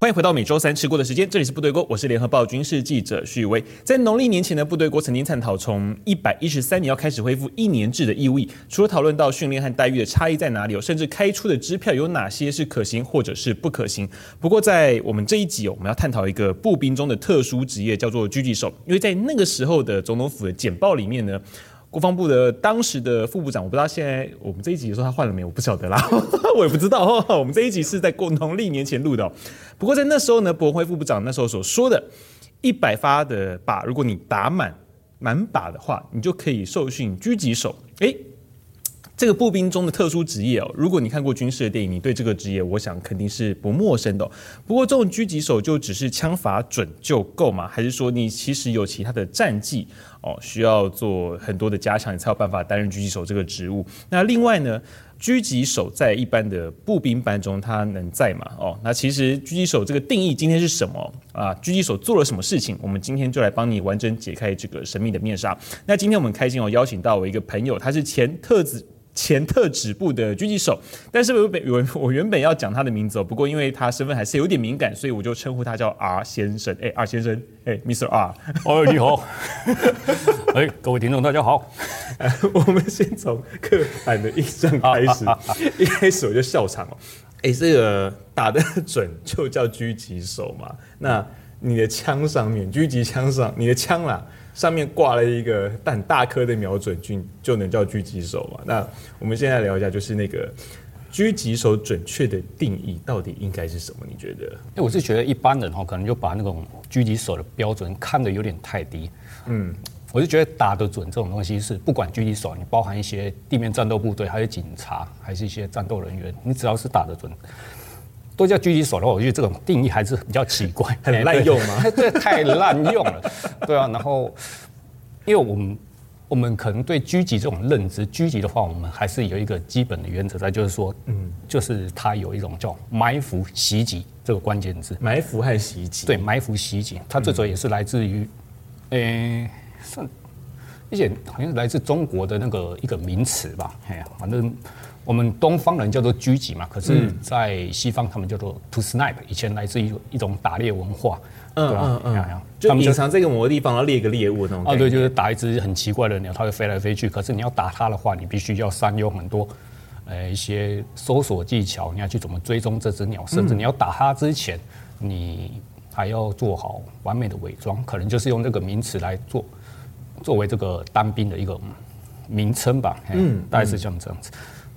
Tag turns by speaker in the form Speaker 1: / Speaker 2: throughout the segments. Speaker 1: 欢迎回到每周三吃锅的时间，这里是部队锅，我是联合报军事记者徐宇威。在农历年前呢，部队锅曾经探讨从一百一十三年要开始恢复一年制的义务役，除了讨论到训练和待遇的差异在哪里哦，甚至开出的支票有哪些是可行或者是不可行。不过在我们这一集哦，我们要探讨一个步兵中的特殊职业，叫做狙击手，因为在那个时候的总统府的简报里面呢。国防部的当时的副部长，我不知道现在我们这一集说他换了没，我不晓得啦， 我也不知道。我们这一集是在过农历年前录的、哦，不过在那时候呢，博辉副部长那时候所说的，一百发的靶，如果你打满满靶的话，你就可以受训狙击手。诶，这个步兵中的特殊职业哦，如果你看过军事的电影，你对这个职业，我想肯定是不陌生的、哦。不过，这种狙击手就只是枪法准就够吗？还是说你其实有其他的战绩哦，需要做很多的加强，你才有办法担任狙击手这个职务？那另外呢，狙击手在一般的步兵班中，他能在吗？哦，那其实狙击手这个定义今天是什么啊？狙击手做了什么事情？我们今天就来帮你完整解开这个神秘的面纱。那今天我们开心哦，邀请到我一个朋友，他是前特子。前特指部的狙击手，但是我本我我原本要讲他的名字哦，不过因为他身份还是有点敏感，所以我就称呼他叫 R 先生。哎，R 先生，哎，Mr. R，
Speaker 2: 哦，你好， 哎，各位听众大家好。
Speaker 1: 我们先从刻板的印象开始，一开始我就笑场哦。哎，这个打得准就叫狙击手嘛？那你的枪上面，狙击枪上，你的枪啦。上面挂了一个但大颗的瞄准镜，就能叫狙击手嘛？那我们现在聊一下，就是那个狙击手准确的定义到底应该是什么？你觉得？
Speaker 2: 哎，我是觉得一般人哈、哦，可能就把那种狙击手的标准看得有点太低。嗯，我是觉得打得准这种东西是不管狙击手，你包含一些地面战斗部队，还有警察，还是一些战斗人员，你只要是打得准。都叫狙击手的话，我觉得这种定义还是比较奇怪，
Speaker 1: 很滥用吗？
Speaker 2: 哎 对，太滥用了，对啊。然后，因为我们我们可能对狙击这种认知，狙击的话，我们还是有一个基本的原则在，就是说，嗯，就是它有一种叫埋伏袭击这个关键字，
Speaker 1: 埋伏和袭击，
Speaker 2: 对，埋伏袭击，它
Speaker 1: 嗯
Speaker 2: 最早也是来自于，诶、嗯，算、欸，一些好像来自中国的那个一个名词吧，哎呀，反正。我们东方人叫做狙击嘛，可是，
Speaker 1: 嗯
Speaker 2: 在西方他们叫做 to snipe，以前来自于一种打猎文化，哎
Speaker 1: 嗯嗯嗯，就隐藏在一个某个地方，然后猎个猎物那种。
Speaker 2: 啊，对，就是打一只很奇怪的鸟，它会飞来飞去。可是你要打它的话，你必须要善用很多，呃，一些搜索技巧，你要去怎么追踪这只鸟，甚至你要打它之前，你还要做好完美的伪装，可能就是用这个名词来做，作为这个单兵的一个名称吧，嗯，大概是像这样子。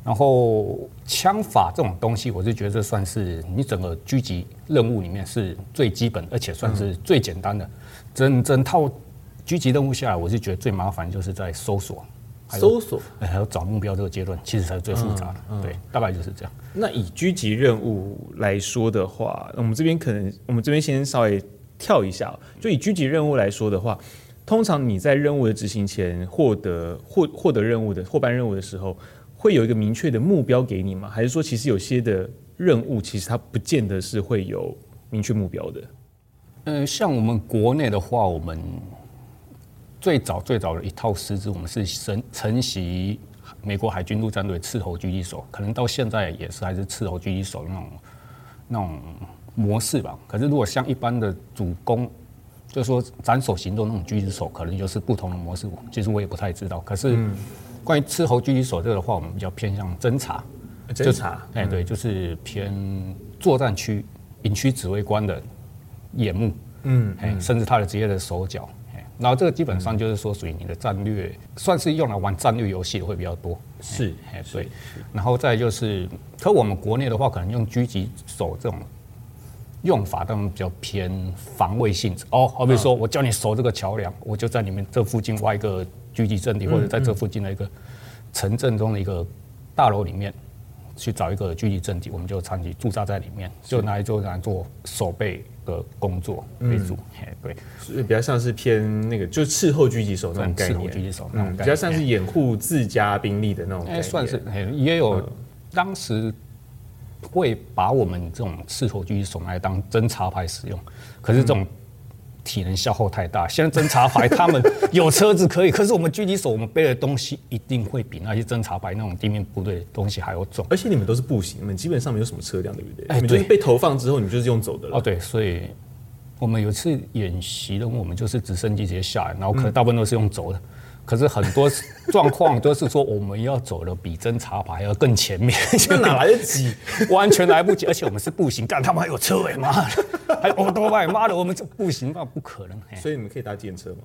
Speaker 2: 然后枪法这种东西，我是觉得算是你整个狙击任务里面是最基本，而且算是最简单的。整整套狙击任务下来，我是觉得最麻烦就是在搜索、
Speaker 1: 搜索，
Speaker 2: 还有找目标这个阶段，其实才是最复杂的。嗯嗯、对，大概就是这样。
Speaker 1: 那以狙击任务来说的话，我们这边可能我们这边先稍微跳一下，哦就以狙击任务来说的话，通常你在任务的执行前获得获获得任务的获颁任务的时候。会有一个明确的目标给你吗？还是说，其实有些的任务，其实它不见得是会有明确目标的？
Speaker 2: 呃，像我们国内的话，我们最早最早的一套师资，我们是承承袭美国海军陆战队刺头狙击手，可能到现在也是还是刺头狙击手那种那种模式吧。可是如果像一般的主攻，就是说斩首行动那种狙击手，可能就是不同的模式。其实我也不太知道，可是。嗯关于斥候狙击手这个的话，我们比较偏向侦查，
Speaker 1: 侦查，
Speaker 2: 哎、嗯、对，就是偏作战区营区指挥官的眼目，嗯，哎、嗯，甚至他的职业的手脚，哎，然后这个基本上就是说属于你的战略，嗯、算是用来玩战略游戏的会比较多，
Speaker 1: 是，
Speaker 2: 哎对，然后再就是，可我们国内的话，可能用狙击手这种。用法当然比较偏防卫性质哦，好比
Speaker 1: 嗯
Speaker 2: 说我叫你守这个桥梁，我就在你们这附近挖一个狙击阵地，或者在
Speaker 1: 嗯
Speaker 2: 这附近的一个城镇中的一个大楼里面去找一个狙击阵地，我们就长期驻扎在里面，就拿来做拿来做守备的工作为主。
Speaker 1: 嗯
Speaker 2: 哎，对，
Speaker 1: 所以比较像是偏那个就伺候狙击手那种概念，嗯
Speaker 2: 伺候狙击手那种，
Speaker 1: 比较像是掩护自家兵力的那种。哎，
Speaker 2: 算是也有当时。会把我们这种刺头狙击手来当侦察牌使用，可是这种体能消耗太大。现在侦察排他们 有车子可以，可是我们狙击手我们背的东西一定会比那些侦察排那种地面部队的东西还要重。
Speaker 1: 而且你们都是步行，你们基本上没有什么车辆，对不对？
Speaker 2: 哎
Speaker 1: 你们就是
Speaker 2: 对
Speaker 1: 被投放之后，你们就是用走的了。
Speaker 2: 哦，对，所以我们有一次演习的，我们就是直升机直接下来，然后可能大部分都是用走的。可是很多状况都是说我们要走的比侦察排要更前面，
Speaker 1: 那哪来得及？
Speaker 2: 完全来不及，而且我们是步行，干他妈还有车哎妈的， 还有欧多麦妈的，我们这步行那不可能哎、
Speaker 1: 所以你们可以搭电 车吗？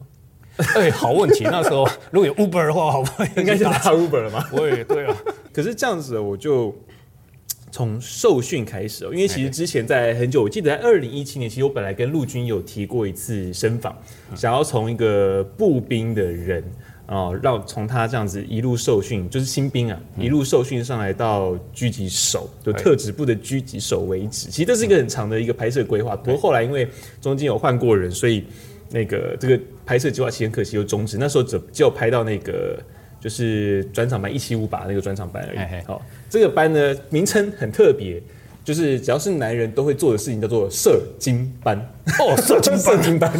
Speaker 2: 哎，好问题，那时候如果有 Uber 的话，好不好？
Speaker 1: 应该是搭 Uber 了吗？
Speaker 2: 我也对啊，
Speaker 1: 可是这样子，我就从受训开始哦，因为
Speaker 2: 哎
Speaker 1: 其实之前在很久，我记得在二零一七年，其实我本来跟陆军有提过一次深访，
Speaker 2: 嗯
Speaker 1: 想要从一个步兵的人哦，让从他这样子一路受训，就是新兵啊，
Speaker 2: 嗯
Speaker 1: 一路受训上来到狙击手，就
Speaker 2: 对
Speaker 1: 特指部的狙击手为止。其实这是一个很长的一个拍摄规
Speaker 2: 嗯
Speaker 1: 划，不过后来因为中间有换过人，所以那个这个拍摄计划其实很可惜又终止。那时候只只有拍到那个。就是转场班一七五把那个转场班而已。
Speaker 2: 嘿嘿
Speaker 1: 好，这个班呢名称很特别，就是只要是男人都会做的事情叫做射精班。
Speaker 2: 哦，射击
Speaker 1: 射精班，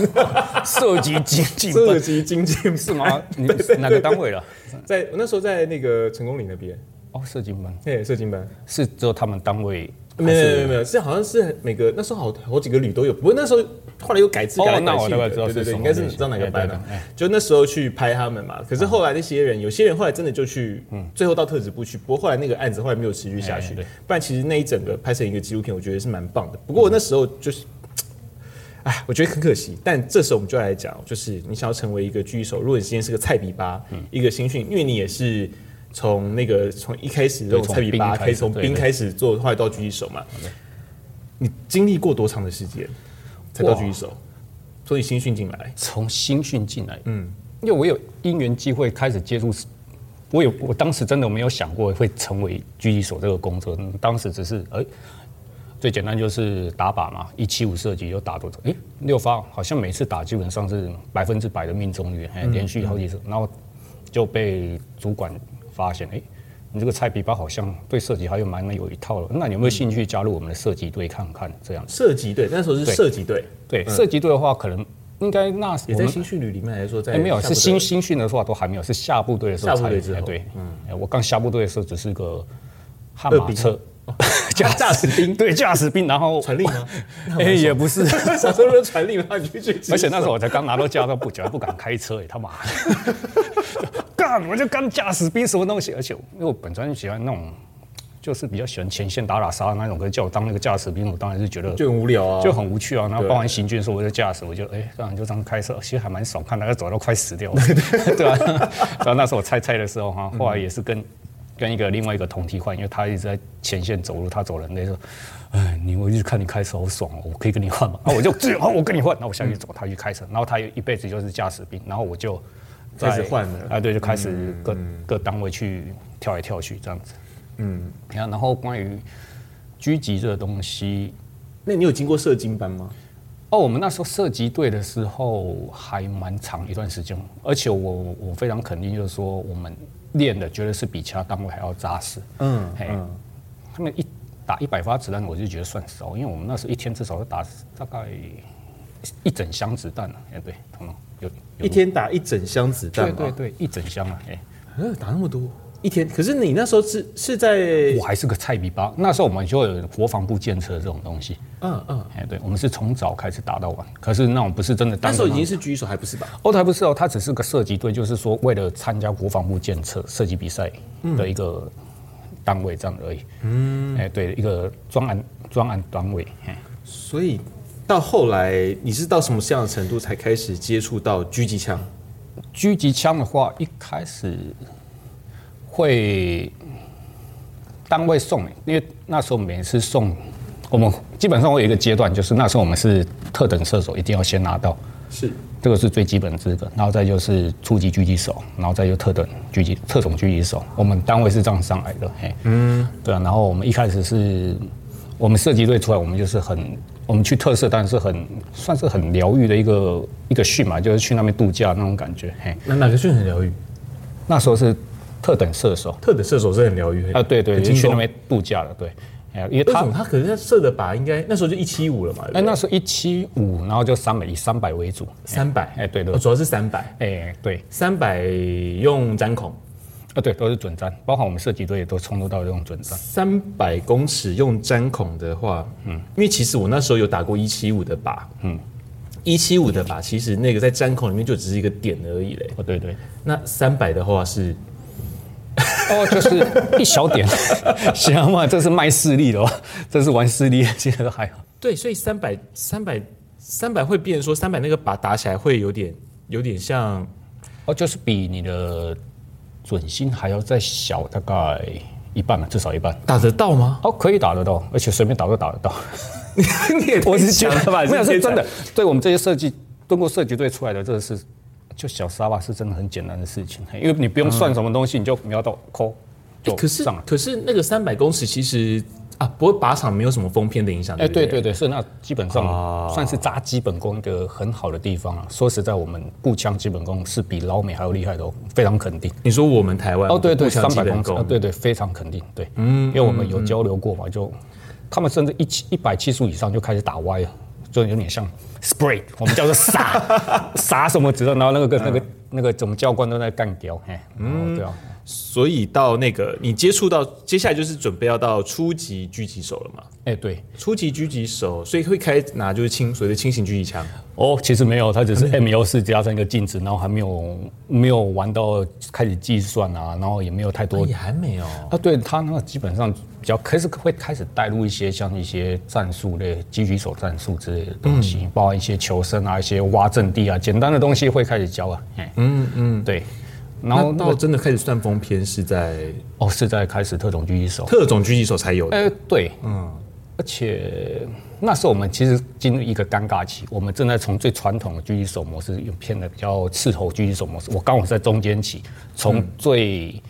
Speaker 2: 射击精进
Speaker 1: 射
Speaker 2: 班
Speaker 1: 击精进
Speaker 2: 是吗？ 你是哪个单位了？
Speaker 1: 在我那时候在那个成功岭那边，
Speaker 2: 哦，射击班
Speaker 1: 嘿，射精班。
Speaker 2: 是只有他们单位，
Speaker 1: 没有
Speaker 2: 还
Speaker 1: 没
Speaker 2: 是
Speaker 1: 有没有没有，是好像是每个那时候好好几个旅都有，不过那时候后来又改制改来
Speaker 2: 哦那
Speaker 1: 改
Speaker 2: 我
Speaker 1: 去
Speaker 2: 大概
Speaker 1: 的，
Speaker 2: 知道
Speaker 1: 对
Speaker 2: 是
Speaker 1: 对对，
Speaker 2: 什么
Speaker 1: 应该是
Speaker 2: 类
Speaker 1: 你知道哪个
Speaker 2: 型
Speaker 1: 班
Speaker 2: 哎
Speaker 1: 了
Speaker 2: 对对哎。
Speaker 1: 就那时候去拍他们嘛，可是后来那些人，有些人后来真的就去，最后到特指部去，不过后来那个案子后来没有持续下去
Speaker 2: 哎对，
Speaker 1: 不然其实那一整个拍成一个纪录片，我觉得是蛮棒的。不过我那时候就是。哎，我觉得很可惜，但这时候我们就来讲，就是你想要成为一个狙击手，如果你今天是个菜比吧，
Speaker 2: 嗯
Speaker 1: 一个新训，因为你也是从那个从一开始这种
Speaker 2: 对从
Speaker 1: 菜比吧，
Speaker 2: 兵开始
Speaker 1: 可以从
Speaker 2: 对
Speaker 1: 兵
Speaker 2: 对
Speaker 1: 开始做，后来到狙击手嘛，你经历过多长的时间才到
Speaker 2: 哇
Speaker 1: 狙击手？从你新训进来，
Speaker 2: 从新训进来，嗯，因为我有因缘机会开始接触，我有我当时真的没有想过会成为狙击手这个工作，嗯当时只是哎、最简单就是打靶嘛，一七五射击就打多少？哎、六发好像每次打基本上是百分之百的命中率，哎、连续好几次，然后就被主管发现，哎、你这个菜皮包好像对射击还有蛮有一套了，那你有没有兴趣加入我们的射击队看看？这样子，
Speaker 1: 射击队那时候是
Speaker 2: 对
Speaker 1: 射击队，
Speaker 2: 对，射击队的话，可能应该那
Speaker 1: 也
Speaker 2: 我
Speaker 1: 在
Speaker 2: 们
Speaker 1: 新训旅里面来说在
Speaker 2: 哎，没有，
Speaker 1: 下
Speaker 2: 是
Speaker 1: 部队
Speaker 2: 新新训的话都还没有，是下部队的时候
Speaker 1: 下部
Speaker 2: 才
Speaker 1: 队之后
Speaker 2: 哎对，嗯，我刚下部队的时候只是个悍
Speaker 1: 二
Speaker 2: 马
Speaker 1: 兵
Speaker 2: 车 驾驾驶兵，对，驾驶兵，然 后
Speaker 1: 传令吗？
Speaker 2: 哎也不 是，
Speaker 1: 小时候就传令嘛，你去去。
Speaker 2: 而且那时候我才刚拿到驾照不久，还不敢开车，哎他妈的，干，我就干驾驶兵什么东西，而且因为我本身喜欢那种，就是比较喜欢前线打打杀杀那种，可是叫我当那个驾驶兵，我当然是觉得
Speaker 1: 就很无聊啊，
Speaker 2: 就很无趣啊。然后
Speaker 1: 对
Speaker 2: 包含行军的时候，我就驾驶，我就哎，当然就这样开车，其实还蛮爽，看大家走到快死 掉了， 对啊，然后那时候我菜菜的时候哈，后来也是跟跟一个另外一个同替换，因为他一直在前线走路，他走人，类说。哎，你我一直看你开车好爽哦，我可以跟 你换嘛？然后我就最好我跟你换，
Speaker 1: 嗯
Speaker 2: 那我下去走，他去开车，然后他一辈子就是驾驶兵，然后我就在
Speaker 1: 开始换了嗯
Speaker 2: 啊，对，就开始各、各单位去跳来跳去这样子，嗯，你看，然后关于狙击这个东西，
Speaker 1: 那你有经过射精班吗？
Speaker 2: 哦，我们那时候射击队的时候还蛮长一段时间，而且我我非常肯定，就是说我们练的绝对是比其他单位还要扎实。
Speaker 1: 嗯
Speaker 2: 嘿，他们一打一百发子弹，我就觉得算少，因为我们那时候一天至少要打大概一整箱子弹啊。哎，对，同有有
Speaker 1: 一天打一整箱子弹
Speaker 2: 对
Speaker 1: 吗？
Speaker 2: 对对，一整箱啊。哎，
Speaker 1: 呃，打那么多一天？可是你那时候是是在
Speaker 2: 我还是个菜逼吧。那时候我们就有国防部建设这种东西。
Speaker 1: 嗯嗯，
Speaker 2: 哎，对，我们是从早开始打到晚，可是那种不是真的
Speaker 1: 那
Speaker 2: 单
Speaker 1: 时
Speaker 2: 纯
Speaker 1: 候
Speaker 2: 那种。
Speaker 1: 已经是狙击手还不是吧？
Speaker 2: 欧台不是哦，它只是个射击队，就是说为了参加国防部建设射击比赛的一个单位这样而已。嗯，哎、对，一个专案专案单位。哎
Speaker 1: 所以到后来你是到什么样的程度才开始接触到狙击枪？
Speaker 2: 狙击枪的话，一开始会单位送，因为那时候每次送，我们基本上会有一个阶段，就是那时候我们是特等射手，一定要先拿到。
Speaker 1: 是
Speaker 2: 这个是最基本的资格，然后再就是初级狙击手，然后再就特等狙击特种狙击手。我们单位是这样上来的，嘿，嗯，对啊。然后我们一开始是，我们射击队出来，我们就是很，我们去特色，但是很算是很疗愈的一个一个训嘛，就是去那边度假那种感觉，嘿。
Speaker 1: 那哪个训很疗愈？
Speaker 2: 那时候是特等射手，
Speaker 1: 特等射手是很疗愈
Speaker 2: 啊，对对，
Speaker 1: 很
Speaker 2: 就
Speaker 1: 轻
Speaker 2: 去
Speaker 1: 松
Speaker 2: 那边度假了，对。哎呀，因为
Speaker 1: 为
Speaker 2: 它
Speaker 1: 什么他可是他射的靶应该那时候就一七五了嘛？
Speaker 2: 哎
Speaker 1: 对不对
Speaker 2: 那时候一七五，然后就三百以三百为主，
Speaker 1: 三百，
Speaker 2: 哎对对
Speaker 1: 哦主要是三百，
Speaker 2: 哎对，
Speaker 1: 三百用粘孔，
Speaker 2: 啊对，都是准战，包括我们射击队也都冲突到这种准战。
Speaker 1: 三百公尺用粘孔的话，嗯，因为其实我那时候有打过一七五的靶，嗯，一七五的靶其实那个在粘孔里面就只是一个点而已嘞。
Speaker 2: 哦对对，
Speaker 1: 那三百的话是
Speaker 2: 哦就是一小 点，行嘛，这是卖视力的哦，这是玩视力，现在都还好。
Speaker 1: 对，所以三百三百三百会变成说三百那个靶打起来会有点有点像
Speaker 2: 哦，就是比你的准心还要再小大概一半嘛，至少一半。
Speaker 1: 打得到吗？
Speaker 2: 哦，可以打得到，而且随便打都打得到。
Speaker 1: 你也
Speaker 2: 我
Speaker 1: 太
Speaker 2: 是觉
Speaker 1: 强了吧
Speaker 2: 得没有
Speaker 1: 这
Speaker 2: 是
Speaker 1: 些
Speaker 2: 真的
Speaker 1: 才，
Speaker 2: 对我们这些设计，通过设计队出来的，这个是就小沙发是真的很简单的事情，因为你不用算什么东西，你就瞄到抠
Speaker 1: 嗯
Speaker 2: 就
Speaker 1: 哎可是
Speaker 2: 上来。
Speaker 1: 可是那个三百公尺其实啊，不过靶场没有什么封片的影响。
Speaker 2: 哎，
Speaker 1: 不
Speaker 2: 对啊对对，是那基本上算是扎基本功一个很好的地方了。啊说实在，我们步枪基本功是比老美还要厉害的哦，非常肯定。
Speaker 1: 你说我们台湾
Speaker 2: 哦，对对，
Speaker 1: 步枪
Speaker 2: 三
Speaker 1: 基
Speaker 2: 百
Speaker 1: 本
Speaker 2: 公尺，
Speaker 1: 功
Speaker 2: 啊，对对，非常肯定，对，嗯，因为我们有交流过嘛，就他们甚至一七一百七十五以上就开始打歪了，就有点像 spray，我们叫做 撒撒什么子弹，然后那个那个那个总教官都在干掉，哎，嗯，对啊，
Speaker 1: 所以到那个你接触到接下来就是准备要到初级狙击手了嘛？
Speaker 2: 哎，对，
Speaker 1: 初级狙击手，所以会开拿就是轻所谓的轻型狙击枪。
Speaker 2: 哦，其实没有，它只是 M 幺四加上一个镜子，然后还没有没有玩到开始计算啊，然后也没有太多
Speaker 1: 也还没有，
Speaker 2: 啊，对他那个基本上比较开始会开始带入一些像一些战术类、狙击手战术之类的东西，包括一些求生啊、一些挖阵地啊，简单的东西会开始教啊。嗯嗯，对。然后
Speaker 1: 那
Speaker 2: 那
Speaker 1: 到
Speaker 2: 个
Speaker 1: 真的开始算封片是在
Speaker 2: 哦，是在开始特种狙击手。
Speaker 1: 特种狙击手才有的。
Speaker 2: 呃，对，嗯，而且那时候我们其实进入一个尴尬期，我们正在从最传统的狙击手模式，又偏的比较刺头狙击手模式，我刚好在中间期，从最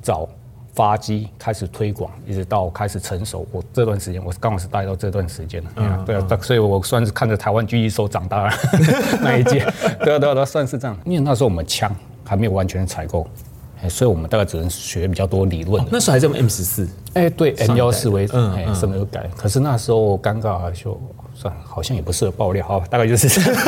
Speaker 2: 早发机开始推广，一直到开始成熟，我这段时间我刚好是待到这段时间的，嗯、对啊，但所以我算是看着台湾狙击手长大了那一届，对啊对啊，对啊算是这样，因为那时候我们枪还没有完全采购。哎所以我们大概只能学比较多理论的
Speaker 1: 那时候还在 M 十四，
Speaker 2: 哎、对
Speaker 1: 一代
Speaker 2: ，M 幺四为
Speaker 1: 嗯
Speaker 2: 哎是没有改，可是那时候尴尬啊就算了，好像也不适合爆料，好 吧，大概就是这样、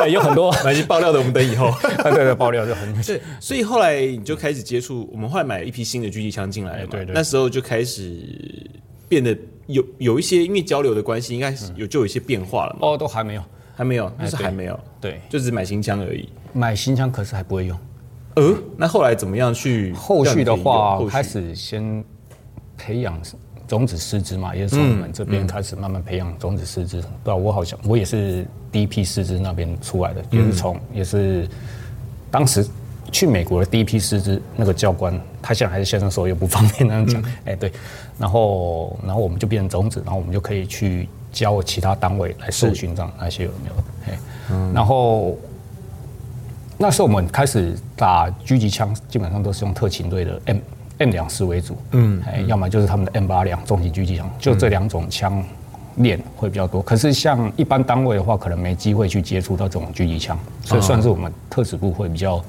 Speaker 2: 哎有很多 啊，
Speaker 1: 那些爆料的我们等以后。
Speaker 2: 对对，爆料就很
Speaker 1: 对，所以后来你就开始接触，我们后来买了一批新的狙击枪进来了嘛
Speaker 2: 哎对对
Speaker 1: 那时候就开始变得有有一些，因为交流的关系，应该是有就有一些变化了嘛。
Speaker 2: 哦，都还没有，
Speaker 1: 还没有，那是
Speaker 2: 对
Speaker 1: 还没有，
Speaker 2: 对，
Speaker 1: 就只是买新枪而已。
Speaker 2: 买新枪可是还不会用，
Speaker 1: 呃，那后来怎么样去
Speaker 2: 后续的话
Speaker 1: 嗯让你可以用后续
Speaker 2: 开始先培养种子师资嘛，也是从我们这
Speaker 1: 嗯
Speaker 2: 边开始慢慢培养种子师资，对、啊、我好像我也是第一批师资那边出来的，
Speaker 1: 嗯
Speaker 2: 也是从、也是当时去美国的第一批师资那个教官，他现在还是先生手也不方便那样
Speaker 1: 嗯
Speaker 2: 讲，哎、对，然后然后我们就变成种子，然后我们就可以去教其他单位来受训这样那些有没有？哎、
Speaker 1: 嗯
Speaker 2: 然后那时候我们开始打狙击枪，基本上都是用特勤队的 M M 两式为主，嗯，哎，要么就是他们的 M 八两重型狙击枪，就这两种枪练会比较多。可是像一般单位的话，可能没机会去接触到这种狙击枪，所以算是我们特指部会比较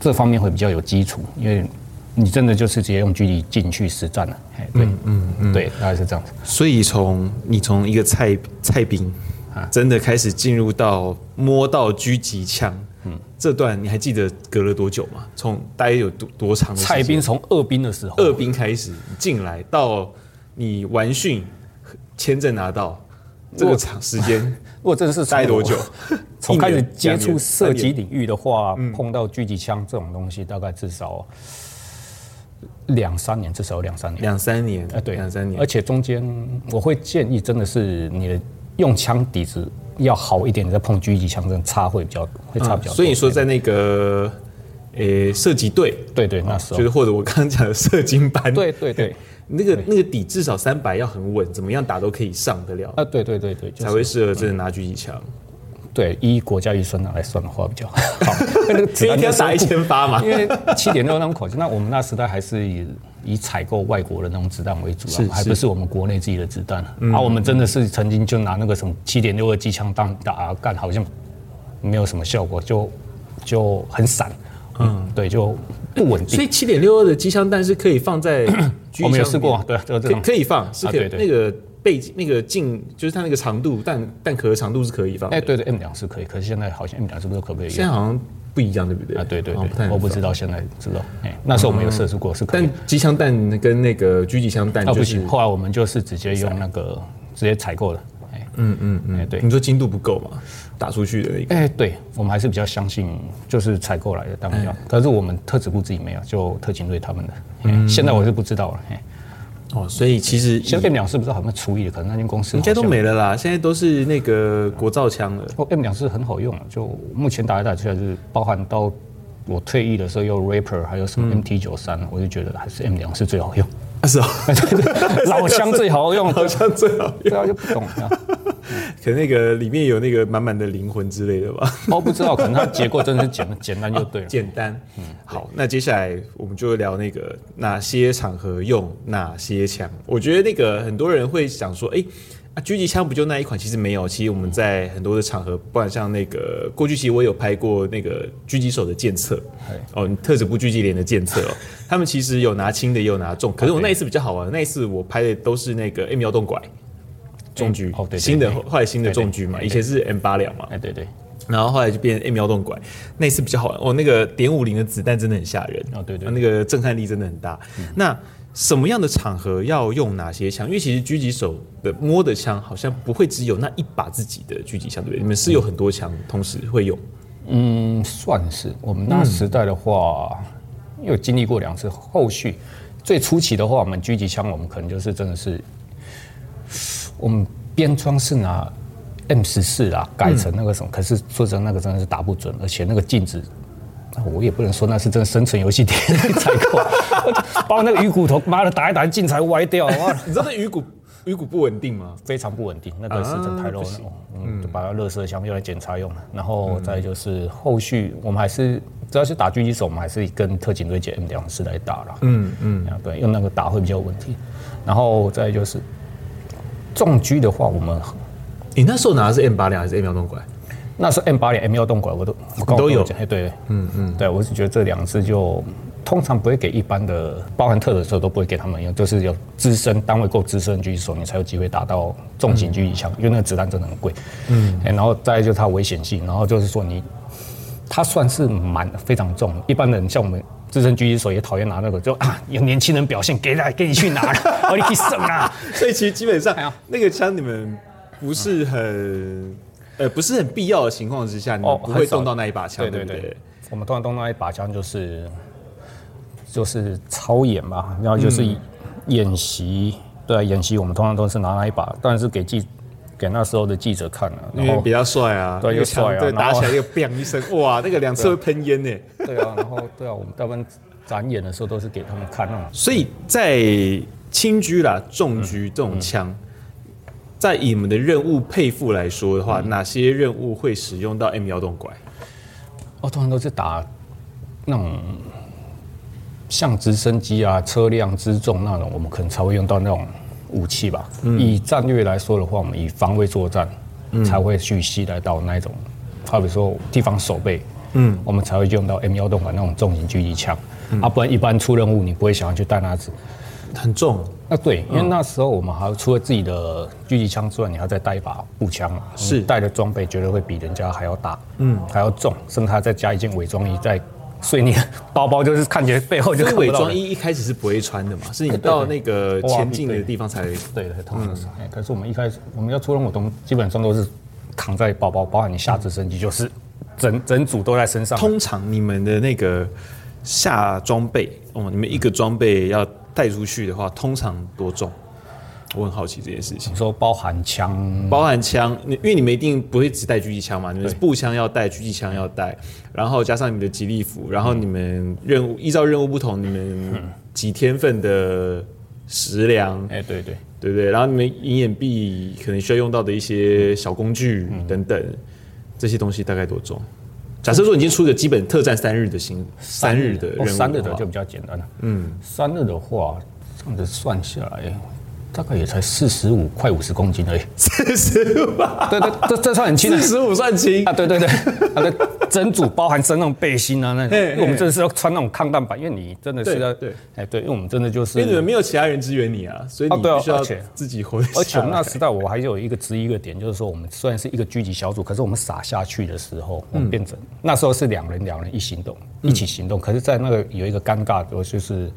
Speaker 2: 这方面会比较有基础，因为你真的就是直接用狙击进去实战了，哎，对，嗯嗯，对，大概是这样子。
Speaker 1: 所以从你从一个菜菜兵，
Speaker 2: 啊
Speaker 1: 真的开始进入到摸到狙击枪，嗯，这段你还记得隔了多久吗？从大约有多多长的时间
Speaker 2: 蔡兵从二兵的时候，
Speaker 1: 二兵开始你进来到你完训签证拿到这个长时间，
Speaker 2: 如果真的是从
Speaker 1: 待多久？
Speaker 2: 从开始
Speaker 1: 一
Speaker 2: 接
Speaker 1: 年两
Speaker 2: 触
Speaker 1: 年嗯
Speaker 2: 射击领域的话，碰到狙击枪这种东西，大概至少两三年，至少有两三年。
Speaker 1: 两三年，
Speaker 2: 哎，对，
Speaker 1: 两三年
Speaker 2: 而。且中间我会建议，真的是你的用枪底子要好一点，你再碰狙击枪，真的差会比较会差比较多。
Speaker 1: 啊嗯所以你说在那个呃射击队，
Speaker 2: 对对，那时候
Speaker 1: 就是或者我刚刚讲的射精班，
Speaker 2: 对对对，
Speaker 1: 那个那个底至少三百要很稳，怎么样打都可以上得了，
Speaker 2: 啊，对对对对，就
Speaker 1: 才
Speaker 2: 是嗯
Speaker 1: 会适合真的拿狙击 枪。
Speaker 2: 对依国家预算来算的话比 较好，因为那个子
Speaker 1: 所以
Speaker 2: 弹
Speaker 1: 一天要
Speaker 2: 那时候
Speaker 1: 打一千发嘛
Speaker 2: 因，为七点六那种口径，那我们那时代还是以以采购外国的那种子弹为主
Speaker 1: 是嗯
Speaker 2: 啊，还不是我们国内自己的子弹啊。啊，我们真的是曾经就拿那个什么七点六的机枪当打干，好像没有什么效果，就就很散，嗯，对，就不稳
Speaker 1: 所
Speaker 2: 定。
Speaker 1: 以 七点六二的机枪弹是可以放在狙
Speaker 2: 我们
Speaker 1: 击
Speaker 2: 有试
Speaker 1: 枪
Speaker 2: 过啊，对，这个
Speaker 1: 可
Speaker 2: 这
Speaker 1: 以
Speaker 2: 种啊
Speaker 1: 可以放，是可以、
Speaker 2: 对对
Speaker 1: 那个背景那个镜，就是它那个长度弹弹壳的长度是可以放的。
Speaker 2: 哎，对对，M 两是可以，可是现在好像 M 两是不是可不可以
Speaker 1: 现在
Speaker 2: 用？
Speaker 1: 好像不一样，对不对？
Speaker 2: 啊，对对
Speaker 1: 好像不太
Speaker 2: 对，
Speaker 1: 能
Speaker 2: 我不
Speaker 1: 放
Speaker 2: 知。道现在知道，哎，那时候我们有测试过是可以
Speaker 1: 但
Speaker 2: 的，
Speaker 1: 机枪弹跟那个狙击枪弹
Speaker 2: 啊
Speaker 1: 就
Speaker 2: 不
Speaker 1: 是
Speaker 2: 行，，后来我们就是直接用那个直接采购的，哎，嗯嗯嗯，哎对
Speaker 1: 你，说精度不够嘛？打出去的那个，
Speaker 2: 哎对，我们还是比较相信就是采购来的当
Speaker 1: 哎
Speaker 2: 然要，可是我们特指部自己没有，就特勤队他们的，哎现在我是不知道了，哎，
Speaker 1: 哦，所以其实
Speaker 2: 现在 M 两是不知道有没有除以的，可能那间公司
Speaker 1: 应该都
Speaker 2: 好像
Speaker 1: 没了啦，现在都是那个国造枪了。
Speaker 2: 哦，M 两是很好用啊，就目前打来打去还是包含到我退役的时候用 Raper，还有什
Speaker 1: 嗯
Speaker 2: 么 MT 九三、我就觉得还是 M 两是最好用，
Speaker 1: 是 哦，
Speaker 2: 老枪最 好用，
Speaker 1: 好像最好，
Speaker 2: 对啊，就不懂啊，
Speaker 1: 可能那个里面有那个满满的灵魂之类的吧。
Speaker 2: 我哦不知道，可能它结构真的是简简单就对了。
Speaker 1: 哦简单。好，那接下来我们就聊那个哪些场合用哪些枪。我觉得那个很多人会想说，哎、啊，狙击枪不就那一款？其实没有，其实我们在很多的场合，不然像那个过去，其实我有拍过那个狙击手的检测
Speaker 2: 哎，
Speaker 1: 哦，特指部狙击连的检测哦， 他们其实有拿轻的，也有拿重。可是我那一次比较好玩，那一次我拍的都是那个 M 幺洞拐重狙，
Speaker 2: 哎哦对对
Speaker 1: 新的
Speaker 2: 对
Speaker 1: 后来新的
Speaker 2: 对对
Speaker 1: 重狙嘛，
Speaker 2: 对
Speaker 1: 以前是 M 八两嘛，
Speaker 2: 哎，对对，
Speaker 1: 然后后来就变 M 幺洞拐，那一次比较好玩。哦，那个点五零的子弹真的很吓人
Speaker 2: 哦对对
Speaker 1: 那个震撼力真的很大。那什么样的场合要用哪些枪？因为其实狙击手的摸的枪好像不会只有那一把自己的狙击枪，对不对？你们是有很多枪同时会 用，
Speaker 2: 嗯，算是我们那时代的话，因为有经历过两次，后续最初期的话，我们狙击枪，我们可能就是真的是，我们编装是拿 M 十四啊改成那个什么，可是说真的，那个真的是打不准，而且那个镜子。我也不能说那是真的生存游戏 点采购，把我那个鱼骨头妈的打一打镜才歪掉，哇，
Speaker 1: 啊你知道那鱼骨鱼骨不稳定吗？
Speaker 2: 非常不稳定，那个是真太肉了，啊嗯，就把它热色箱用来检查用了。然后再就是后续我们还是只要是打狙击手，我们还是跟特警队借 M 两式来打了，嗯嗯，对，用那个打会比较有问题。然后再就是重狙的话，我们
Speaker 1: 你那时候拿的是 M 八两还是 M 幺洞拐？
Speaker 2: 那时候 M 八两、M 幺动拐我都我刚
Speaker 1: 都有
Speaker 2: 哎对，嗯嗯，对我是觉得这两支就。通常不会给一般的，包含特的时候都不会给他们用，就是有资深单位够资深的狙击手，你才有机会打到重型狙击枪，因为那个子弹真的很贵。嗯，然后再来就是它危险性，然后就是说你，它算是蛮非常重，一般人像我们资深狙击手也讨厌拿那个，就啊有年轻人表现，给来给你去拿了， 哦你去省啊，
Speaker 1: 所以其实基本上
Speaker 2: 哎呀
Speaker 1: 那个枪你们不是很呃不是很必要的情况之下，你们
Speaker 2: 哦
Speaker 1: 不会
Speaker 2: 很少
Speaker 1: 动到那一把枪，对
Speaker 2: 对
Speaker 1: 不
Speaker 2: 对
Speaker 1: 对？
Speaker 2: 我们通常动到一把枪就是就是操演嘛，然后就是演习，对啊，演习我们通常都是拿那一把，但是给记给那时候的记者看了、
Speaker 1: 因
Speaker 2: 然
Speaker 1: 为
Speaker 2: 后
Speaker 1: 比较帅啊，
Speaker 2: 对
Speaker 1: 那个枪
Speaker 2: 又帅啊
Speaker 1: 对，
Speaker 2: 然后
Speaker 1: 打起来又 “bang” 一声， 哇，那个两侧会喷烟呢。
Speaker 2: 对啊，然后对啊，我们大部分展演的时候都是给他们看那种
Speaker 1: 所以在轻狙啦、重狙这种枪，在以你们的任务配副来说的话，哪些任务会使用到 M 幺洞拐？
Speaker 2: 哦，通常都是打那种像直升机啊、车辆之重那种，我们可能才会用到那种武器吧。以战略来说的话，我们以防卫作战、才会去吸来到那一种，好比说地方守备，嗯，我们才会用到 M 幺洞管那种重型狙击枪。啊，不然一般出任务你不会想要去带那支。
Speaker 1: 很重，
Speaker 2: 那对，
Speaker 1: 嗯
Speaker 2: 因为那时候我们还要除了自己的狙击枪之外，你还要再带一把步枪嘛，
Speaker 1: 是
Speaker 2: 你带的装备绝对会比人家还要大，嗯，还要重，甚至还要再加一件伪装衣在，所以你的 包包就是看起来背后就
Speaker 1: 因为
Speaker 2: 看
Speaker 1: 伪
Speaker 2: 不到
Speaker 1: 装
Speaker 2: 人。
Speaker 1: 衣一开始是不会穿的嘛，是你到那个
Speaker 2: 哇
Speaker 1: 前进的地方才
Speaker 2: 对的，通
Speaker 1: 嗯
Speaker 2: 常是、哎可是我们一开始我们要出任务，都基本上都是扛在包包，包含你下直升机就是整整组都在身上。
Speaker 1: 通常你们的那个下装备哦，你们一个装备要带出去的话，通常多重？我很好奇这件事情
Speaker 2: 你，说包含枪，
Speaker 1: 包含枪，你因为你们一定不会只带狙击枪嘛，你们是步枪要带，狙击枪要带，然后加上你们的吉利服，然后你们任务依照任务不同，你们几天份的食粮，
Speaker 2: 哎、对对，
Speaker 1: 对不对？然后你们银眼币可能需要用到的一些小工具等等，
Speaker 2: 嗯
Speaker 1: 这些东西大概多重？假设说你已经出一个基本特战三日的行三日的任务
Speaker 2: 哦
Speaker 1: 话，
Speaker 2: 三日的就比较简单了。嗯，三日的话，这样子算下来，大概也才四十五快五十公斤而已。
Speaker 1: 四十五，
Speaker 2: 对对，这这算很轻的
Speaker 1: 四十五算轻
Speaker 2: 啊！。对对对，啊对，整组包含身那种背心啊，那种
Speaker 1: 嘿嘿
Speaker 2: 因为我们真的是要穿那种抗弹板，因为你真的是要
Speaker 1: 对对
Speaker 2: 哎对，因为我们真的就是
Speaker 1: 因为你们没有其他人支援你啊，所以你
Speaker 2: 啊对啊
Speaker 1: 必须要
Speaker 2: 而且
Speaker 1: 自己活得下来。
Speaker 2: 而且我们那时代，我还有一个质疑一个点，就是说我们虽然是一个狙击小组，可是我们撒下去的时候，
Speaker 1: 嗯
Speaker 2: 我们变成、那时候是两人两人一行动，一起行动。可是，在那个有一个尴尬的，就是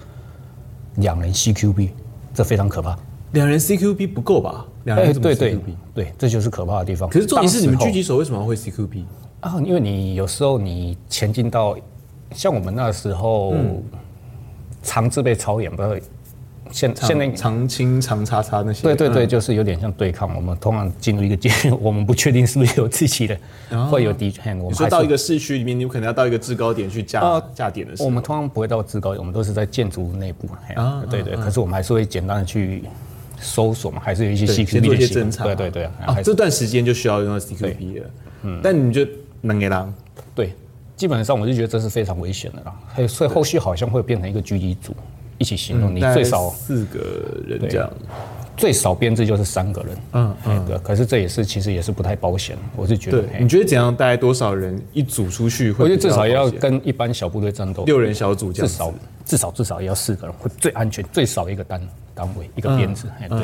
Speaker 2: 两人 CQB，这非常可怕。
Speaker 1: 两人 CQB 不够吧？两人怎么
Speaker 2: 哎对对
Speaker 1: CQB？
Speaker 2: 对，这就是可怕的地方。
Speaker 1: 可是重点是你们
Speaker 2: 当时候
Speaker 1: 狙击手为什么会 CQB？
Speaker 2: 啊，因为你有时候你前进到，像我们那时候，
Speaker 1: 嗯
Speaker 2: 长自备超演，不是现现在
Speaker 1: 啊长青长叉叉那些，
Speaker 2: 对对对，
Speaker 1: 嗯，
Speaker 2: 就是有点像对抗。我们通常进入一个阶段， 我们不确定是不是有自己的，会有敌人。
Speaker 1: 哦你
Speaker 2: 我们
Speaker 1: 说
Speaker 2: 还
Speaker 1: 到一
Speaker 2: 是
Speaker 1: 个市区里面，你有可能要到一个制高点去架
Speaker 2: 啊
Speaker 1: 架点的时
Speaker 2: 我
Speaker 1: 候，
Speaker 2: 们通常不会到制高点，我们都是在建筑内部。嘿
Speaker 1: 啊
Speaker 2: 对对，可是我们还是会简单的去搜索嘛，还是有一些
Speaker 1: 对
Speaker 2: CQB
Speaker 1: 先做一
Speaker 2: 的
Speaker 1: 些
Speaker 2: 行
Speaker 1: 侦
Speaker 2: 动
Speaker 1: 查，
Speaker 2: 对对对，
Speaker 1: 啊
Speaker 2: 还，是
Speaker 1: 这段时间就需要用到 CQB 了。嗯，但你们就能给狼，
Speaker 2: 对。基本上我就觉得这是非常危险的啦。还有所以后续好像会变成一个狙击组一起行动，你
Speaker 1: 大概
Speaker 2: 最少
Speaker 1: 四个人这样。
Speaker 2: 最少编制就是三个人。
Speaker 1: 嗯
Speaker 2: 嗯嗯，对。可是这也是其实也是不太保险，我是觉得
Speaker 1: 对，，
Speaker 2: 嘿
Speaker 1: 你觉得怎样？大概多少人一组出去会
Speaker 2: 我
Speaker 1: 比较保险？
Speaker 2: 觉得至少要跟一般小部队战斗
Speaker 1: 六人小组这样子。
Speaker 2: 至少至少至少也要四个人，会最安全，最少一个单单位一个编制，哎、对、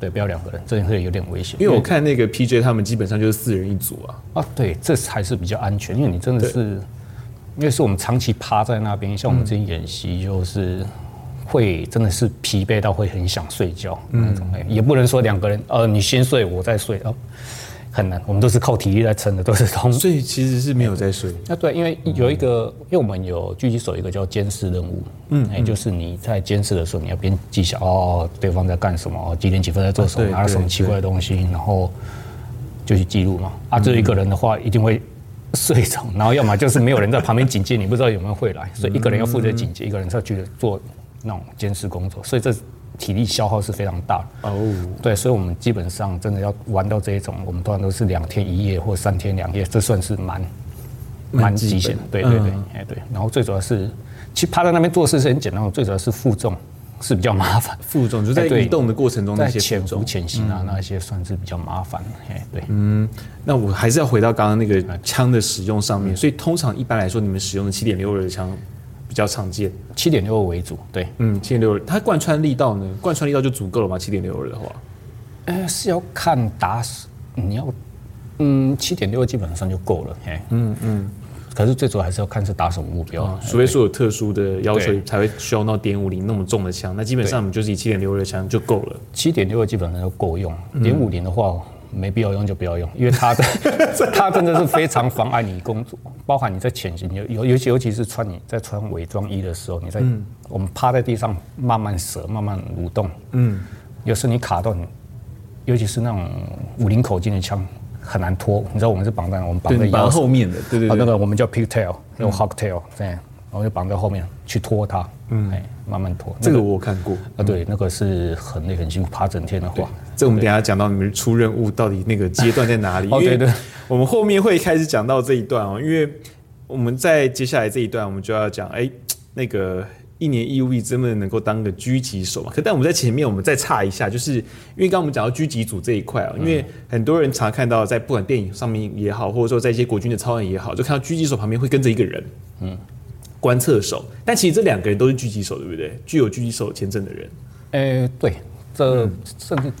Speaker 2: 对，不要两个人，这会有点危险。
Speaker 1: 因为我看那个 PJ 他们基本上就是四人一组啊，
Speaker 2: 啊，对，这才是比较安全，因为你真的是，因为是我们长期趴在那边，像我们之前演习就是。会真的是疲惫到会很想睡觉那种，哎也不能说两个人，呃，你先睡我再睡哦，很难，我们都是靠体力在撑的，都是通
Speaker 1: 所以其实是没有在睡。
Speaker 2: 啊，对，因为有一个，因为我们有狙击手有一个叫监视任务，嗯，哎、就是你在监视的时候，你要边记下哦，对方在干什么，哦几点几分在做什么，
Speaker 1: 啊对
Speaker 2: 拿了什么
Speaker 1: 对
Speaker 2: 奇怪的东西，然后就去记录嘛。啊，只有一
Speaker 1: 嗯
Speaker 2: 个人的话，一定会睡着，然后要么就是没有人在旁边警戒，你不知道有没有会来，所以一个人要负责警戒，一个人要去做那种监视工作，所以这体力消耗是非常大的。
Speaker 1: 哦，
Speaker 2: 对，所以我们基本上真的要玩到这一种，我们通常都是两天一夜或三天两夜，这算是蛮蛮极限的。对对对，哎、对。然后最主要是，其实趴在那边做事是很简单的，最主要是负重是比较麻烦，
Speaker 1: 负重就在
Speaker 2: 哎对
Speaker 1: 移动的过程中那
Speaker 2: 在
Speaker 1: 些
Speaker 2: 潜
Speaker 1: 负
Speaker 2: 伏
Speaker 1: 重。
Speaker 2: 潜行啊、那些算是比较麻烦。哎，对，嗯，
Speaker 1: 那我还是要回到刚刚那
Speaker 2: 哎
Speaker 1: 个枪的使用上
Speaker 2: 嗯
Speaker 1: 面，所以通常一般来说，你们使用的七点六二的枪比较常见。
Speaker 2: 七点六为主，对。
Speaker 1: 嗯，七点六二，它贯穿力道呢？贯穿力道就足够了嘛？七点六二的话，
Speaker 2: 呃，是要看打死你要，嗯，七点六基本上就够了。哎，嗯嗯。可是最主要还是要看是打什么目标。哎
Speaker 1: 除非说有特殊的要求
Speaker 2: 对，
Speaker 1: 才会需要到点五零那么重的枪。那基本上我们就是以七点六二的枪就够了。
Speaker 2: 七点六基本上就够用，点五零的话没必要用就不要用，因为它 的它真的是非常妨碍你工作，包含你在潜行，尤尤尤其尤其是穿你在穿伪装衣的时候，你在、
Speaker 1: 嗯
Speaker 2: 我们趴在地上慢慢折、慢慢蠕动，嗯，有时候你卡到你，尤其是那种五零口径的枪很难脱，你知道我们是绑在我们绑在
Speaker 1: 对，
Speaker 2: 腰
Speaker 1: 绑
Speaker 2: 上
Speaker 1: 后面的，对对嗯
Speaker 2: 啊，那
Speaker 1: 对。
Speaker 2: 个我们叫 pigtail，用 hogtail 这样，然后就绑在后面去拖它，嗯，哎，慢慢拖，
Speaker 1: 这
Speaker 2: 那
Speaker 1: 个我有看过，
Speaker 2: 啊，对，那个是很累很辛苦，趴整天的话，
Speaker 1: 这我们等一下讲到你们出任务到底那个阶段在哪里。
Speaker 2: 哦对对，
Speaker 1: 我们后面会开始讲到这一段哦，因为我们在接下来这一段我们就要讲，哎，那个一年义务役真的能够当个狙击手嘛？可但我们在前面我们再岔一下，就是因为刚刚我们讲到狙击组这一块啊、
Speaker 2: 嗯
Speaker 1: 因为很多人常看到在不管电影上面也好，或者说在一些国军的操演也好，就看到狙击手旁边会跟着一个人，嗯，观测手。但其实这两个人都是狙击手，对不对？具有狙击手签证的人。
Speaker 2: 诶、嗯对，这甚至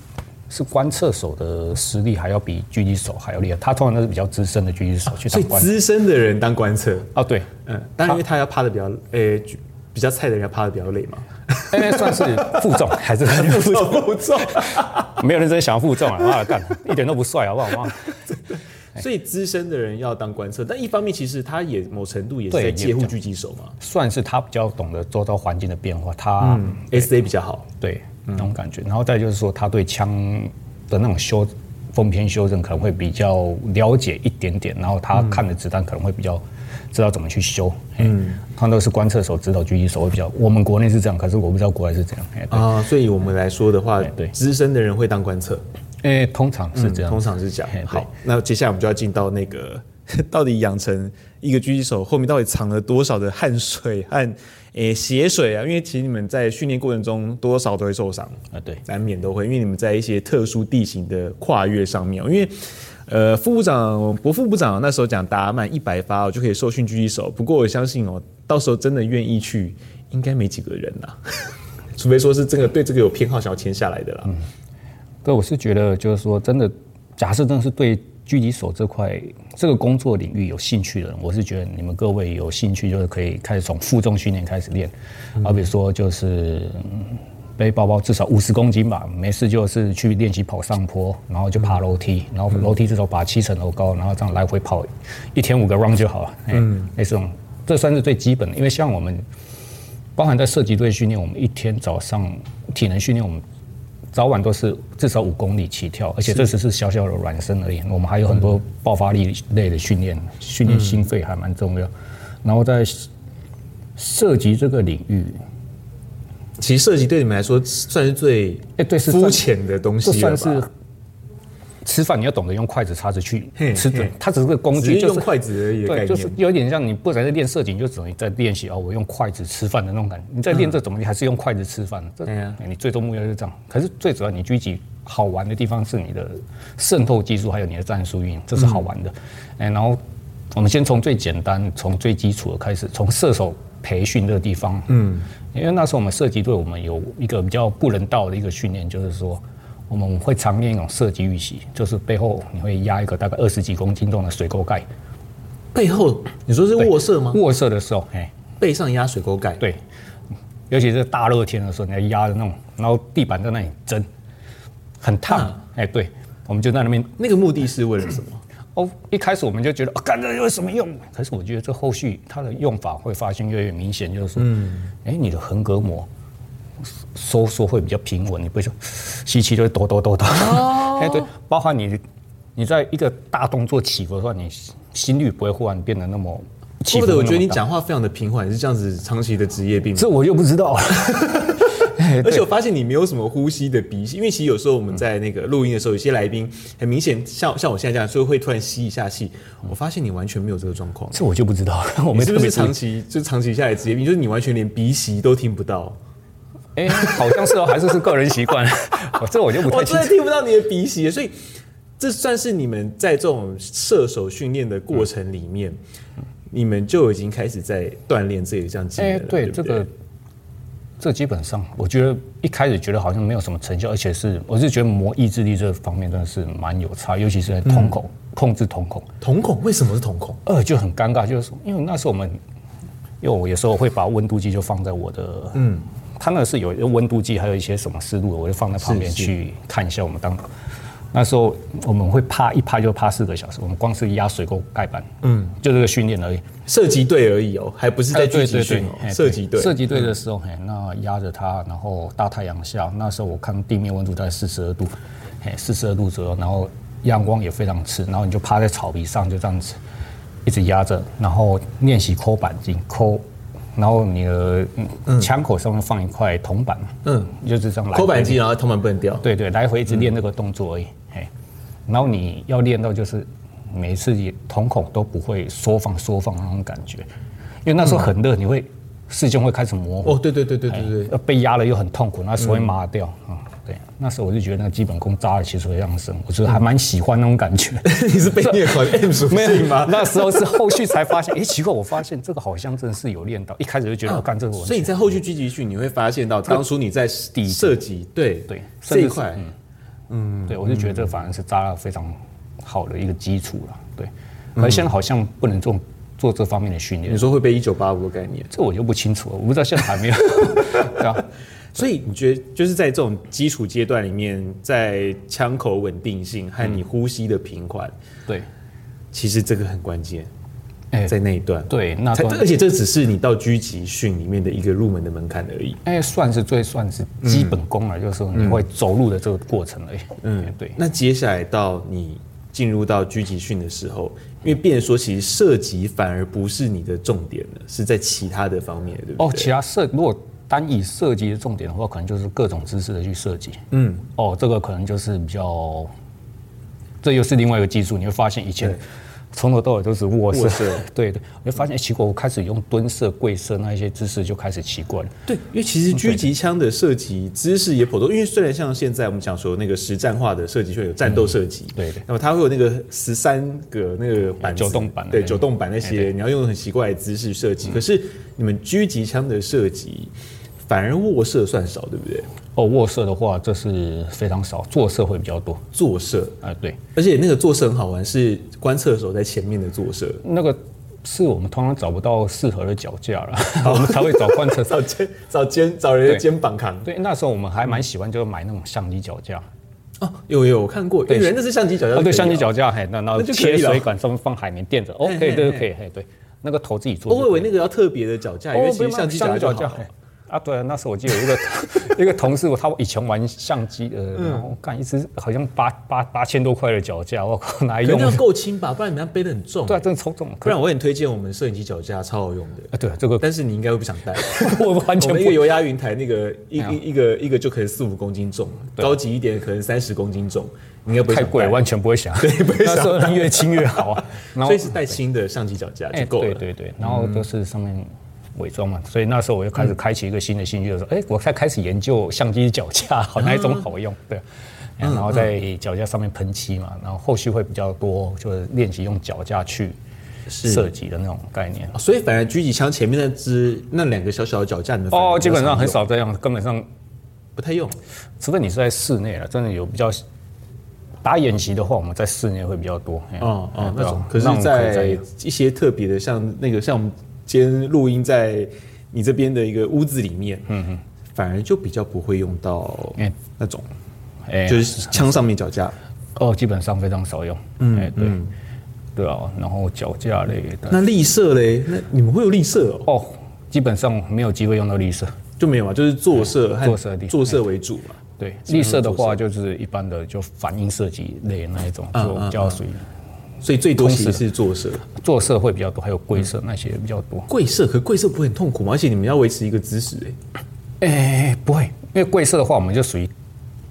Speaker 2: 是观测手的实力还要比狙击手还要厉害。他通常都是比较资深的狙击手去
Speaker 1: 所
Speaker 2: 当
Speaker 1: 以
Speaker 2: 观
Speaker 1: 资深的人当观测，
Speaker 2: 啊，对，
Speaker 1: 嗯，当然因为他要趴的比较，呃、就比较菜的人要趴的比较累嘛，
Speaker 2: 因为算是负重， 还是负重，
Speaker 1: 不重。
Speaker 2: 没有人真的想要负重啊，妈的干，一点都不帅，好不好？妈的
Speaker 1: 所以资深的人要当观测，但一方面其实他也某程度也是
Speaker 2: 对
Speaker 1: 在
Speaker 2: 也
Speaker 1: 介护
Speaker 2: 比较
Speaker 1: 狙击手嘛
Speaker 2: 算是他比较懂得周遭环境的变化，他、
Speaker 1: ，S A 比较好。
Speaker 2: 嗯对
Speaker 1: 嗯
Speaker 2: 那种感觉。然后再就是说，他对枪的那种修封偏修正可能会比较了解一点点，然后他看的子弹可能会比较知道怎么去修。嗯，他都是观测手指导狙击手会比较。我们国内是这样，可是我不知道国外是这样。哎、对，哎
Speaker 1: 啊、所以我们来说的话，
Speaker 2: 对
Speaker 1: 资深的人会当观测，嗯
Speaker 2: 哎通常是这样。
Speaker 1: 通常是这样
Speaker 2: 嘿。对
Speaker 1: 好，那接下来我们就要进到那个 到底养成一个狙击手后面到底藏了多少的汗水和诶、血水啊？因为其实你们在训练过程中多少都会受伤，
Speaker 2: 啊，对，
Speaker 1: 难免都会，因为你们在一些特殊地形的跨越上面哦，因为。呃，副部长、博副部长那时候讲打满一百发哦，就可以受训狙击手。不过我相信哦，到时候真的愿意去，应该没几个人啦，除非说是这个对这个有偏好想要签下来的啦。
Speaker 2: 对，我是觉得就是说，真的，假设真的是对狙击手这块这个工作领域有兴趣的人，我是觉得你们各位有兴趣，就是可以开始从负重训练开始练，好比说就是。嗯背包包至少五十公斤吧，没事就是去练习跑上坡，然后就爬楼梯，然后楼梯至少爬七层楼高，然后这样来回跑一天五个 round 就好了。嗯，那种这算是最基本的，因为像我们包含在射击队训练，我们一天早上体能训练，我们早晚都是至少五公里起跳，而且这只是小小的软身而已。我们还有很多爆发力类的训练，训练心肺还蛮重要。然后在射击这个领域，
Speaker 1: 其实射击对你们来说算是最
Speaker 2: 哎、对，是
Speaker 1: 肤
Speaker 2: 算
Speaker 1: 浅的东西
Speaker 2: 这
Speaker 1: 了吧
Speaker 2: 算是吃饭，你要懂得用筷子、叉子去
Speaker 1: 嘿
Speaker 2: 吃
Speaker 1: 嘿
Speaker 2: 准，它只是个工
Speaker 1: 只
Speaker 2: 具，
Speaker 1: 是
Speaker 2: 就
Speaker 1: 用
Speaker 2: 是
Speaker 1: 筷子而已的概
Speaker 2: 对，
Speaker 1: 念。
Speaker 2: 就是有点像你不然在练射击，你就只能在练习哦，我用筷子吃饭的那种感觉。你在练这怎么，你还是用筷子吃饭？这哎
Speaker 1: 对啊
Speaker 2: 你最终目标就是这样。可是最主要，你狙击好玩的地方是你的渗透技术，还有你的战术运，这是好玩的。哎，然后我们先从最简单、从最基础的开始，从射手培训这个地方。嗯，因为那时候我们射击队，我们有一个比较不人道的一个训练，就是说。我们会常练一种射击预习，就是背后你会压一个大概二十几公斤重的水沟盖，
Speaker 1: 背后，你说是
Speaker 2: 对
Speaker 1: 卧射吗？
Speaker 2: 卧射啊的时候，哎、
Speaker 1: 背上压水沟盖，，
Speaker 2: 对，尤其是大热天的时候，你要压的那种，然后地板在那里蒸，很烫，哎、
Speaker 1: 啊
Speaker 2: 对，我们就在那边。
Speaker 1: 那个目的是为了什么？
Speaker 2: 哦，一开始我们就觉得，啊，干这有什么用？可是我觉得这后续它的用法会发现越来越明显，就是说，嗯，哎、你的横膈膜收缩会比较平稳，你不会说 吸气就会抖抖抖抖。
Speaker 1: 哦
Speaker 2: 哎、对，包含你你在一个大动作起伏的话，你心率不会忽然变得那么起
Speaker 1: 怪不
Speaker 2: 伏。
Speaker 1: 哦得我觉得你
Speaker 2: 讲。
Speaker 1: 讲话非常的平缓，是这样子长期的职业病吗。
Speaker 2: 这我就不知道了。 哎
Speaker 1: 而且
Speaker 2: 对
Speaker 1: 我发现你没有什么呼吸的鼻息，因为其实有时候我们在那个录音的时候，有些来宾很明显像像我现在这样，所以会突然吸一下气。我发现你完全没有这个状况，
Speaker 2: 这我就不知道了，嗯 我
Speaker 1: 你
Speaker 2: 没
Speaker 1: 是
Speaker 2: 特
Speaker 1: 不
Speaker 2: 别
Speaker 1: 是
Speaker 2: 注意
Speaker 1: 长期就长期下来职业病？就是你完全连鼻息都听不到，
Speaker 2: 哎、好像是哦，还是是个人习惯，哦 这我就不
Speaker 1: 我
Speaker 2: 太清
Speaker 1: 真的
Speaker 2: 楚。
Speaker 1: 听不到你的鼻息，所以这算是你们在这种射手训练的过程里面，你们就已经开始在锻炼自己的这样技能
Speaker 2: 嗯哎、
Speaker 1: 了。
Speaker 2: 对
Speaker 1: 不
Speaker 2: 这个，这基本上我觉得一开始觉得好像没有什么成效，而且是我是觉得磨意志力这方面真的是蛮有差，尤其是在瞳孔、控制瞳孔，
Speaker 1: 瞳孔为什么是瞳孔？
Speaker 2: 二就很尴尬，就是说，因为那时候我们，因为我有时候会把温度计就放在我的，嗯，它那是有一个温度计，还有一些什么思路，我就放在旁边
Speaker 1: 是是
Speaker 2: 去看一下。我们当那时候我们会趴一趴就趴四个小时，我们光是压水沟盖板，嗯，就这个训练而已。
Speaker 1: 射击队而已哦，还不是在狙击训哦，
Speaker 2: 哎
Speaker 1: 射击队，
Speaker 2: 射击队的时候，嘿，那压着它，然后大太阳下，那时候我看地面温度在四十二度，嘿，四十二度左右，然后阳光也非常刺，然后你就趴在草皮上就这样子一直压着，然后练习抠板筋，抠，然后你的嗯枪口上面放一块铜板，
Speaker 1: 嗯
Speaker 2: 嗯，就是这样来
Speaker 1: 扣板
Speaker 2: 回
Speaker 1: 机，然后铜板不能掉。
Speaker 2: 对对，来回一直练这个动作而
Speaker 1: 嗯
Speaker 2: 已，哎、然后你要练到就是每一次也瞳孔都不会缩放缩放那种感觉，因为那时候很热，你会视线会开始模糊，
Speaker 1: 哦，对对对对
Speaker 2: 哎
Speaker 1: 对对， 嗯
Speaker 2: 呃被压了又很痛苦，那手会麻掉啊、对，那时候我就觉得那个基本功扎的其实会让生，我觉得还蛮喜欢那种感觉。
Speaker 1: 你是被虐 狂 M 属性吗？
Speaker 2: 那时候是后续才发现，诶，奇怪，我发现这个好像真的是有练到，一开始就觉得我哦干、这个我很
Speaker 1: 嗯所以你
Speaker 2: 喜欢
Speaker 1: 在后续狙击训，你会发现到当初你在
Speaker 2: 底子
Speaker 1: 射击，对
Speaker 2: 对
Speaker 1: 这一
Speaker 2: 甚至是嗯
Speaker 1: 块，
Speaker 2: 对，我就觉得这反而是扎了非常好的一个基础了。对，而现在好像不能做做这方面的训
Speaker 1: 嗯你
Speaker 2: 练，
Speaker 1: 说会被一九八五的概念，
Speaker 2: 这我就不清楚了，我不知道现在还 没有。对啊，
Speaker 1: 所以你觉得就是在这种基础阶段里面，在枪口稳定性和你呼吸的平缓，
Speaker 2: 对，
Speaker 1: 其实这个很关键，
Speaker 2: 哎、
Speaker 1: 在那一段，
Speaker 2: 对，那
Speaker 1: 才，
Speaker 2: 段
Speaker 1: 而且这只是你到狙击训里面的一个入门的门槛而已。
Speaker 2: 哎、算是最算是基本功了，就是说
Speaker 1: 嗯
Speaker 2: 你会走路的这个过程而已。嗯，对。
Speaker 1: 那接下来到你进入到狙击训的时候，因为变成说其实射击反而不是你的重点了，是在其他的方面，对不对？
Speaker 2: 哦，其他设如果单以设计的重点的话，可能就是各种知识的去设计。
Speaker 1: 嗯，
Speaker 2: 哦，这个可能就是比较，这又是另外一个技术。你会发现以前从头到尾都是卧
Speaker 1: 卧
Speaker 2: 射
Speaker 1: 射，
Speaker 2: 对对，我就发现、哎奇怪，我开始用蹲射、跪射那一些姿势就开始奇怪了。
Speaker 1: 对，因为其
Speaker 2: 哦
Speaker 1: 实狙击枪的射击姿势也颇多，因为虽然像现在我们讲说那个实战化的射击会有战斗射击、
Speaker 2: 嗯对对
Speaker 1: 那么它会有那个十三个那个板子
Speaker 2: 九洞板
Speaker 1: 对
Speaker 2: 对嗯
Speaker 1: 九洞板那些，你要用很奇怪的姿势射击。可是你们狙击枪的射击反而卧射算少，对不对？
Speaker 2: 哦，卧射的话，这是非常少，坐射会比较多。
Speaker 1: 坐射，
Speaker 2: 啊、对，
Speaker 1: 而且那个坐射很好玩，是观测手在前面的坐 射。
Speaker 2: 那个是我们通常找不到适合的脚架了， 我们才会找贯彻。
Speaker 1: 找肩找肩找人的
Speaker 2: 对
Speaker 1: 肩膀扛
Speaker 2: 对，那时候我们还蛮喜欢，就是买那种相机脚架。
Speaker 1: 哦，有有我看过，因为人那是相机脚架就可以
Speaker 2: 啊，
Speaker 1: 了，
Speaker 2: 对，相机脚架，嘿，那那
Speaker 1: 那就可以
Speaker 2: 切
Speaker 1: 了
Speaker 2: 水管上面放海绵垫着，哦，可以，
Speaker 1: 嘿
Speaker 2: 对，可以，嘿，对，那个头自己做
Speaker 1: 哦。
Speaker 2: 就可以。哦
Speaker 1: 我以为那哦个要特别的脚架，因为其实相机脚架就好
Speaker 2: 嘿。啊，对啊，那时候我记得有一个 一个同事，他以前玩相机，呃，
Speaker 1: 嗯
Speaker 2: 然后干一只好像八八八千多块的脚架，我靠，拿来
Speaker 1: 可
Speaker 2: 用
Speaker 1: 能？要够轻吧，不然你们要背得很重。
Speaker 2: 对啊，真的超重。
Speaker 1: 不
Speaker 2: 可
Speaker 1: 然我很推荐我们摄影机脚架，超好用的。
Speaker 2: 啊，对啊，这个
Speaker 1: 但是你应该会不想带。
Speaker 2: 我 完
Speaker 1: 我
Speaker 2: 全
Speaker 1: 们一个
Speaker 2: 不。
Speaker 1: 油压云台，那个一
Speaker 2: 哎呀
Speaker 1: 一一个一个就可能四五公斤重，
Speaker 2: 对啊
Speaker 1: 高级一点可能三十公斤重，你应该不会
Speaker 2: 太
Speaker 1: 想带
Speaker 2: 贵了，完全不会想。对，
Speaker 1: 不会想
Speaker 2: 那时候越轻越好 啊。然后
Speaker 1: 所以是带新的相机脚架就够
Speaker 2: 对
Speaker 1: 了。
Speaker 2: 哎对对，然后都是上面伪装嘛，所以那时候我就开始开启一个新的兴趣，就是说，哎、我才开始研究相机脚架，好哪一种好用，对。然后在脚架上面喷漆嘛，然后后续会比较多，就是练习用脚架去射击的那种概念。
Speaker 1: 哦所以反而狙击枪前面那只那两个小小的脚架，你们反而
Speaker 2: 哦，基本上
Speaker 1: 比
Speaker 2: 很
Speaker 1: 较常用，
Speaker 2: 少这样，根本上
Speaker 1: 不太用。
Speaker 2: 除非你是在室内了，真的有比较打演习的话，我们在室内会比较多。嘿
Speaker 1: 哦
Speaker 2: 嘿
Speaker 1: 哦，那
Speaker 2: 对啊
Speaker 1: 种。可
Speaker 2: 那我
Speaker 1: 是，
Speaker 2: 们可以
Speaker 1: 在一些特别的，像那个像我们今天录音在你这边的一个屋子里面，嗯嗯，反而就比较不会用到
Speaker 2: 哎
Speaker 1: 那种，
Speaker 2: 哎
Speaker 1: 就是枪上面脚架。
Speaker 2: 哦，基本上非常少用。嗯，哎，对，对啊，然后脚架类的
Speaker 1: 那立射嘞，那你们会有立射哦？
Speaker 2: 哦，基本上没有机会用到立射。
Speaker 1: 就没有啊嘛，就是坐射和
Speaker 2: 哎坐射立
Speaker 1: 坐射为主嘛。
Speaker 2: 对，立射的话就是一般的就反应射击类那一种，就比较属于
Speaker 1: 所以最多其实是坐射，
Speaker 2: 坐射会比较多，还有跪射那些比较多。
Speaker 1: 跪射，可跪射不会很痛苦吗？而且你们要维持一个姿势哎。
Speaker 2: 哎、不会，因为跪射的话，我们就属于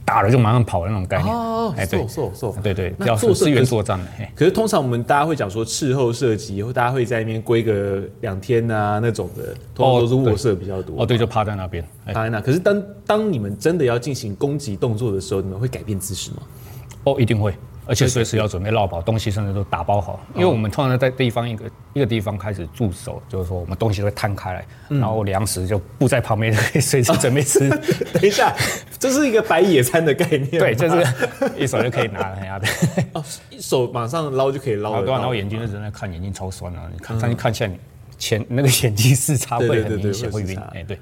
Speaker 2: 打了就马上跑的那种概念。
Speaker 1: 哦
Speaker 2: 哎，对
Speaker 1: 瘦，瘦瘦
Speaker 2: 对对，
Speaker 1: 那
Speaker 2: 比较
Speaker 1: 坐
Speaker 2: 是
Speaker 1: 射
Speaker 2: 支援
Speaker 1: 可是
Speaker 2: 作战的。嘿
Speaker 1: 可是通常我们大家会讲说事后射击，或大家会在那边归个两天啊那种的，通常都是卧射比较多。
Speaker 2: 哦，对，就趴在那边。哎，
Speaker 1: 当然啦，可是当当你们真的要进行攻击动作的时候，你们会改变姿势 吗？
Speaker 2: 哦，一定会，而且随时要准备落跑，东西甚至都打包好，因为我们通常在地方一个一个地方开始驻守，就是说我们东西都会摊开来，然后粮食就布在旁边，可以随时准备 吃。
Speaker 1: 等一下，这是一个摆野餐的概念吗。
Speaker 2: 对，就是一手就可以拿了，哎 呀，对。
Speaker 1: 哦，一手马上捞就可以捞
Speaker 2: 然
Speaker 1: 得
Speaker 2: 后对啊，
Speaker 1: 到。
Speaker 2: 然后眼睛就在那看，眼睛超酸啊，你看，但是看起来你前那个眼睛视差
Speaker 1: 对
Speaker 2: 会
Speaker 1: 对
Speaker 2: 很
Speaker 1: 对对
Speaker 2: 明显，
Speaker 1: 会
Speaker 2: 会
Speaker 1: 有
Speaker 2: 晕
Speaker 1: 视差。
Speaker 2: 哎，对，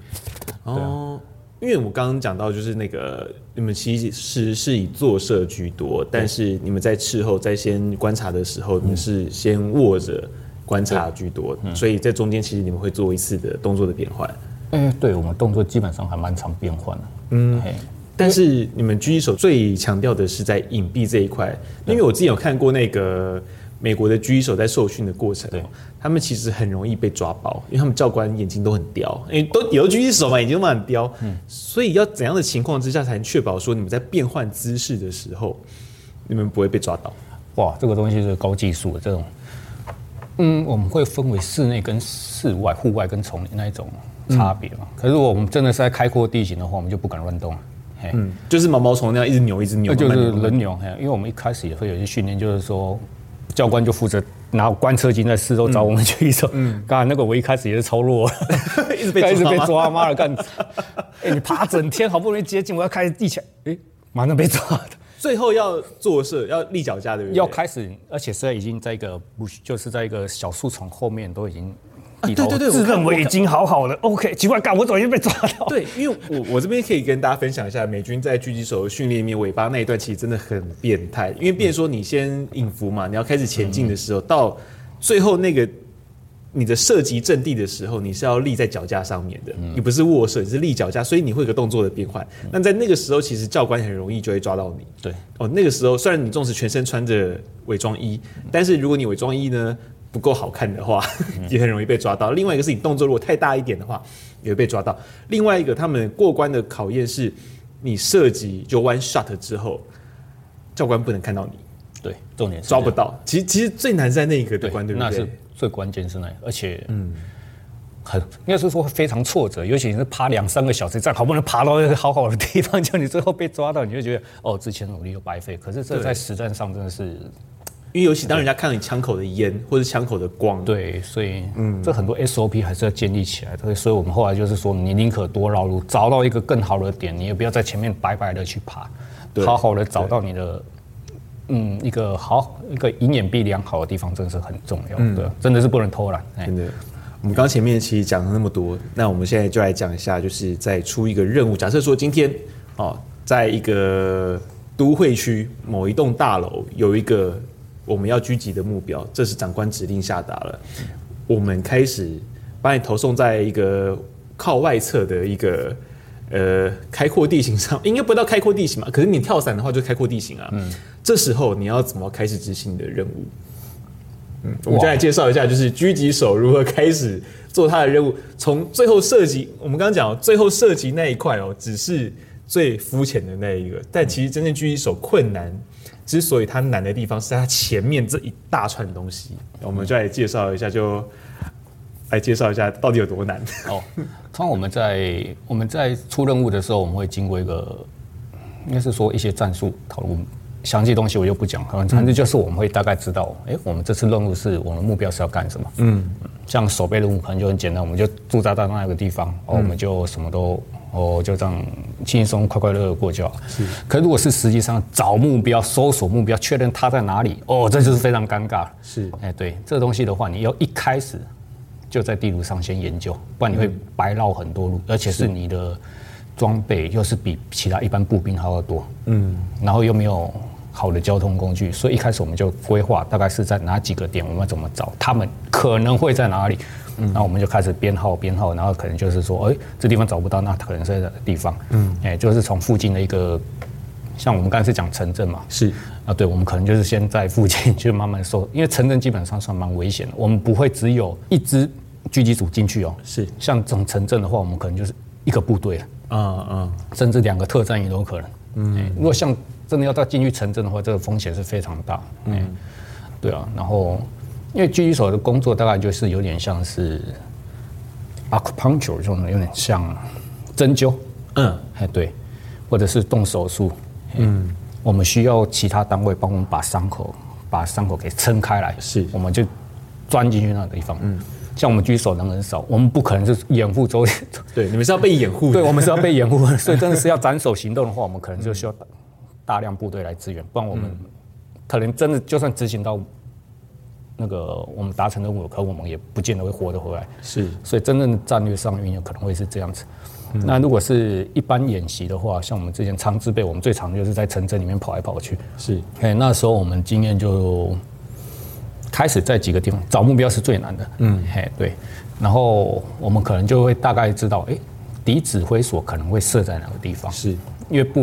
Speaker 1: 哦，因为我刚刚讲到，就是那个你们其实是以坐射居多，但是你们在事后在先观察的时候，你们是先握着观察居多，所以在中间其实你们会做一次的动作的变换。
Speaker 2: 嗯，对我们动作基本上还蛮常变换的。嗯，
Speaker 1: 但是你们狙击手最强调的是在隐蔽这一块，因为我之前有看过那个美国的狙击手在受训的过程
Speaker 2: 对，
Speaker 1: 他们其实很容易被抓包，因为他们教官眼睛都很刁，因为都有的狙击手嘛，眼睛都很刁，所以要怎样的情况之下才能确保说你们在变换姿势的时候，你们不会被抓到？
Speaker 2: 哇，这个东西是高技术的这种。嗯，我们会分为室内跟室外、户外跟丛林那一种差别
Speaker 1: 嗯
Speaker 2: 嘛。可是如果我们真的是在开阔地形的话，我们就不敢乱动。啊嘿，
Speaker 1: 嗯，就是毛毛虫那样一直扭一直扭，
Speaker 2: 那就
Speaker 1: 慢慢
Speaker 2: 是
Speaker 1: 扭
Speaker 2: 轮流，嘿，因为我们一开始也会有一些训练，就是说教官就负责拿观测镜在四周找我们去手。嗯，刚才那个我一开始也是超弱了，
Speaker 1: 一 直被抓
Speaker 2: 一直被
Speaker 1: 吗
Speaker 2: 抓，妈 的干！哎，你爬整天好不容易接近，我要开始立起来，哎，马上被抓的。
Speaker 1: 最后要做事要立脚架，对不对？
Speaker 2: 要开始，而且是在已经在一个不就是在一个小树丛后面都已经低头，
Speaker 1: 对对对我
Speaker 2: 自
Speaker 1: 看
Speaker 2: 认为已经好好了。OK，奇怪，干我怎么又被抓到？
Speaker 1: 对，因为我我这边可以跟大家分享一下，美军在狙击手的训练里面，尾巴那一段其实真的很变态。因为变成说你先引伏嘛，你要开始前进的时候，到最后那个你的射击阵地的时候，你是要立在脚架上面的，你不是卧射，你是立脚架，所以你会有个动作的变换。那在那个时候，其实教官很容易就会抓到你。
Speaker 2: 对，
Speaker 1: 哦，那个时候虽然你纵使全身穿着伪装衣，
Speaker 2: 嗯
Speaker 1: 但是如果你伪装衣呢不够好看的话， 也很容易被抓到。另外一个是你动作如果太大一点的话，也会被抓到。另外一个他们过关的考验是，你射击就 one shot 之后，教官不能看到你。
Speaker 2: 对，重点是
Speaker 3: 抓不到。
Speaker 1: 其实其实最难在那一个的
Speaker 2: 对，
Speaker 1: 关，对不
Speaker 2: 那
Speaker 1: 对
Speaker 2: 是？最关键是那个，而且嗯，很应该是说非常挫折，尤其是爬两三个小时，这样好不容易爬到一个好好的地方，就你最后被抓到，你就觉得哦，之前努力又白费。可是这在实战上真的是
Speaker 1: 因为尤其当人家看到你枪口的烟或者枪口的光，
Speaker 2: 对，所以嗯，这很多 SOP 还是要建立起来的。所以我们后来就是说，你宁可多绕路，找到一个更好的点，你也不要在前面白白的去爬，
Speaker 1: 对
Speaker 2: 好好的找到你的。嗯，一个好，一个银眼闭良好的地方，真的是很重要的，对真的是不能偷懒。哎
Speaker 1: 真的。我们刚前面其实讲了那么多，那我们现在就来讲一下，就是在出一个任务。假设说今天哦，在一个都会区某一栋大楼有一个我们要狙击的目标，这是长官指令下达了，我们开始把你投送在一个靠外侧的一个呃开阔地形上， 应该不到开阔地形嘛，可是你跳伞的话就是开阔地形啊。嗯，这时候你要怎么开始执行你的任务？我们就来介绍一下，就是狙击手如何开始做他的任务。从最后射击，我们刚刚讲哦最后射击那一块哦，只是最肤浅的那一个。但其实真正狙击手困难之所以它难的地方，是在它前面这一大串东西。我们就来介绍一下，就来介绍一下到底有多难。
Speaker 2: 哦，通常我们在我们在出任务的时候，我们会经过一个，应该是说一些战术讨论，详细东西我就不讲，反正就是我们会大概知道，哎、我们这次任务是我们目标是要干什么。嗯，像守备任务可能就很简单，我们就驻扎到那个地方，哦，我们就什么都。哦，就这样轻松快快乐乐地过就好。是，可如果是实际上找目标、搜索目标、确认它在哪里，哦，这就是非常尴尬。
Speaker 1: 是
Speaker 2: 哎，对，这个东西的话，你要一开始就在地图上先研究，不然你会白绕很多路，而且嗯是你的装备又是比其他一般步兵还要多，嗯，然后又没有好的交通工具，所以一开始我们就规划大概是在哪几个点，我们要怎么找他们可能会在哪里，嗯，那我们就开始编号编号，然后可能就是说，哎，这地方找不到，那可能是在哪个地方，嗯，哎，就是从附近的一个，像我们刚才是讲城镇嘛，
Speaker 1: 是，
Speaker 2: 啊，对，我们可能就是先在附近 去慢慢搜，因为城镇基本上算蛮危险的，我们不会只有一支狙击组进去哦。
Speaker 1: 是
Speaker 2: 像这种城镇的话，我们可能就是一个部队了，
Speaker 1: 啊啊，
Speaker 2: 甚至两个特战也都有可能。嗯、如果像真的要到进去城镇的话，这个风险是非常大。嗯，对啊，然后因为狙击手的工作大概就是有点像是 acupuncture 这种，有点像针灸。
Speaker 1: 嗯，
Speaker 2: 哎，对，或者是动手术，嗯，我们需要其他单位帮我们把伤口把伤口给撑开来，
Speaker 1: 是
Speaker 2: 我们就钻进去那个地方，嗯，像我们狙手人很少，我们不可能是掩护周，
Speaker 1: 对，你们是要被掩护
Speaker 2: 对，
Speaker 1: 的。
Speaker 2: 我们是要被掩护的，所以真的是要斩首行动的话，我们可能就需要大大量部队来支援，不然我们可能真的就算执行到那个我们达成任务，可我们也不见得会活得回来，
Speaker 1: 是
Speaker 2: 所以真正的战略上运用可能会是这样子。那如果是一般演习的话，像我们之前长治备，我们最常就是在城镇里面跑来跑去。
Speaker 1: 是，
Speaker 2: 哎，那时候我们经验就开始在几个地方找目标是最难的。嗯，哎，对。然后我们可能就会大概知道，哎，敌指挥所可能会设在哪个地方。
Speaker 1: 是
Speaker 2: 因为不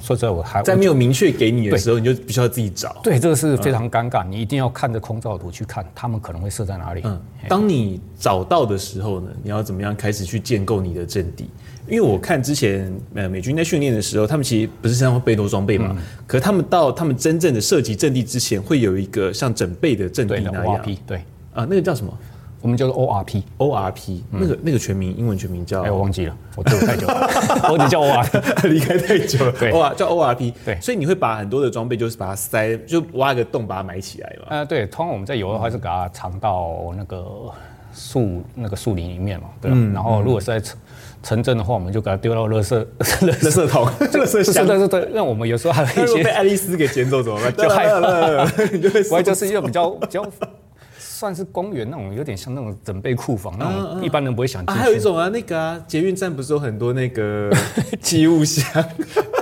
Speaker 2: 说实在，我还
Speaker 1: 在嗯没有明确给你的时候，你就必须要自己找。
Speaker 2: 对，这个是非常尴尬，你一定要看着空照图去看，他们可能会设在哪里。
Speaker 1: 嗯，当你找到的时候呢，你要怎么样开始去建构你的阵地？因为我看之前呃美军在训练的时候，他们其实不是身上会背多装备
Speaker 2: 嗯
Speaker 1: 嘛，可他们到他们真正的射击阵地之前，会有一个像整备的阵地
Speaker 2: 对的
Speaker 1: 那样
Speaker 2: ，ORP，对，
Speaker 1: 啊，那个叫什么
Speaker 2: 我们叫做 ORP。
Speaker 1: ORP？、那个那个全名英文全名叫
Speaker 2: 嗯哎、我忘记了，我对我太久 了，我只叫我啊。
Speaker 1: 离开太久了，
Speaker 2: 对
Speaker 1: OR 叫 ORP，
Speaker 2: 对
Speaker 1: 所以你会把很多的装备就是把它塞，就挖个洞把它埋起来嘛，
Speaker 2: 呃，对，通常我们在游的话是给它藏到那个树那个树林里面嘛，对吧、
Speaker 1: 嗯
Speaker 2: 然后如果是在城城镇的话，我们就给它丢到 垃圾 垃
Speaker 1: 垃圾桶、 垃圾
Speaker 2: 不是，
Speaker 1: 箱。
Speaker 2: 对对对，那我们有时候还
Speaker 1: 那
Speaker 2: 有一
Speaker 1: 如果被
Speaker 2: 些，
Speaker 1: 爱丽丝给捡走怎么办？
Speaker 2: 就害怕
Speaker 1: 怕， 你就会
Speaker 2: 我就是一个比较比较。算是公园那种，有点像那种准备库房那种，一般人不会想进
Speaker 1: 啊，
Speaker 2: 去。
Speaker 1: 还有一种啊，那个啊，捷运站不是有很多那 个寄物箱？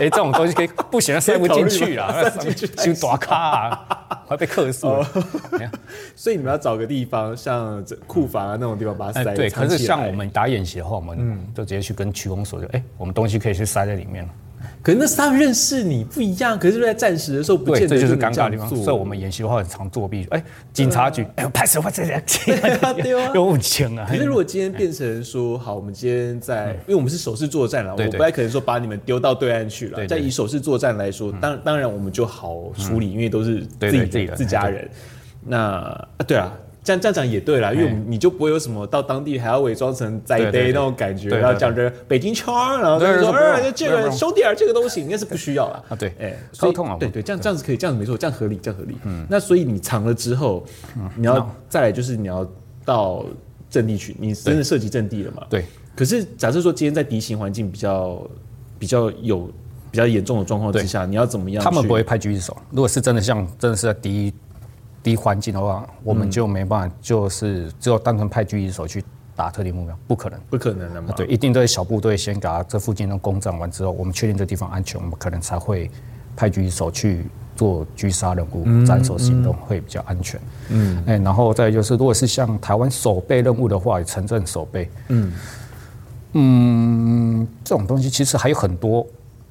Speaker 2: 哎、这种东西可以不行，塞不进去啊啦，
Speaker 1: 可以考虑吗哦塞不进去太
Speaker 2: 就打 卡、啊，还被克诉了。哎呀
Speaker 1: 所以你们要找个地方，像这库房啊那种地方把它
Speaker 2: 哎，
Speaker 1: 塞
Speaker 2: 对，
Speaker 1: 藏
Speaker 2: 可
Speaker 1: 起
Speaker 2: 是
Speaker 1: 来嗯
Speaker 2: 像我们打演习的话，我们就直接去跟区公所就，哎、我们东西可以去塞在里面了。
Speaker 1: 可是那是他们认识你不一样，可是在战时的时候不
Speaker 2: 对，
Speaker 1: 见
Speaker 2: 这
Speaker 1: 得
Speaker 2: 就是
Speaker 1: 能
Speaker 2: 尴尬的
Speaker 1: 这样
Speaker 2: 地方。
Speaker 1: 做嗯
Speaker 2: 所以我们演习的话很常作弊，哎，警察局，哎，派什么这样，
Speaker 1: 对啊
Speaker 2: 有五千啊嗯
Speaker 1: 可。是如果今天变成说，好，我们今天在，因为我们是首次作战了，
Speaker 2: 对
Speaker 1: 我
Speaker 2: 对
Speaker 1: 不太可能说把你们丢到对岸去了。
Speaker 2: 对对嗯
Speaker 1: 再以首次作战来说，当当然我们就好处理，因为都是
Speaker 2: 对
Speaker 1: 自己
Speaker 2: 对自己
Speaker 1: 的
Speaker 2: 人
Speaker 1: 自家人。那啊对啊。这样这样讲也对啦，因为我们你就不会有什么到当地还要伪装成在
Speaker 2: 哎对对
Speaker 1: 地
Speaker 2: 对
Speaker 1: 那种感觉，
Speaker 2: 对对
Speaker 1: 然后讲着北京腔儿，然后
Speaker 2: 对
Speaker 1: 就说
Speaker 2: 对对
Speaker 1: 哎
Speaker 2: 不用
Speaker 1: 这
Speaker 2: 不
Speaker 1: 个
Speaker 2: 用
Speaker 1: 兄弟儿这个东西应该是不需要啦。
Speaker 2: 啊对
Speaker 1: 哎，
Speaker 2: 沟
Speaker 1: 所以
Speaker 2: 通啊
Speaker 1: 对对，这样这样子可以，这样子没错，这样合理，这样合理。嗯，那所以你藏了之后，
Speaker 2: 嗯
Speaker 1: 你要再来就是你要到阵地去，你真的涉及阵地了嘛？。
Speaker 2: 对，
Speaker 1: 可是假设说今天在敌情环境比较比较有比较严重的状况之下，你要怎么样去？
Speaker 2: 他们不会派狙击手。如果是真的像真的是在敌敌环境的话，我
Speaker 1: 嗯
Speaker 2: 们就没办法，就是只有单纯派狙击手去打特定目标，不可能。
Speaker 1: 不可能的嘛？
Speaker 2: 对，一定都是小部队先给他这附近都攻占完之后，我们确定这地方安全，我们可能才会派狙击手去做狙杀任务、
Speaker 1: 嗯
Speaker 2: 斩首行动，会比较安全。嗯，哎，然后再就是，如果是像台湾守备任务的话，也城镇守备，嗯嗯，这种东西其实还有很多。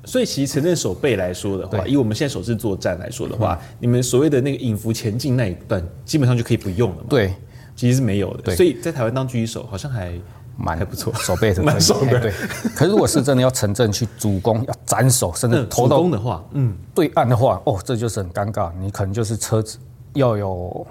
Speaker 1: 所以其实城镇守备来说的话，
Speaker 2: 对嗯
Speaker 1: 以我们现在首次作战来说的话，你们所谓的那个隐伏前进那一段，基本上就可以不用了嘛？，
Speaker 2: 对，
Speaker 1: 其实是没有的。
Speaker 2: 对
Speaker 1: 所以在台湾当狙击手好像还
Speaker 2: 蛮
Speaker 1: 还不错，
Speaker 2: 手背的哎
Speaker 1: 蛮爽的
Speaker 2: 对，可是如果是真的要城镇去主攻，要斩首，甚至
Speaker 1: 嗯，
Speaker 2: 投
Speaker 1: 主
Speaker 2: 到
Speaker 1: 攻的话，嗯，
Speaker 2: 对岸的话，哦，这就是很尴尬，你可能就是车子要有，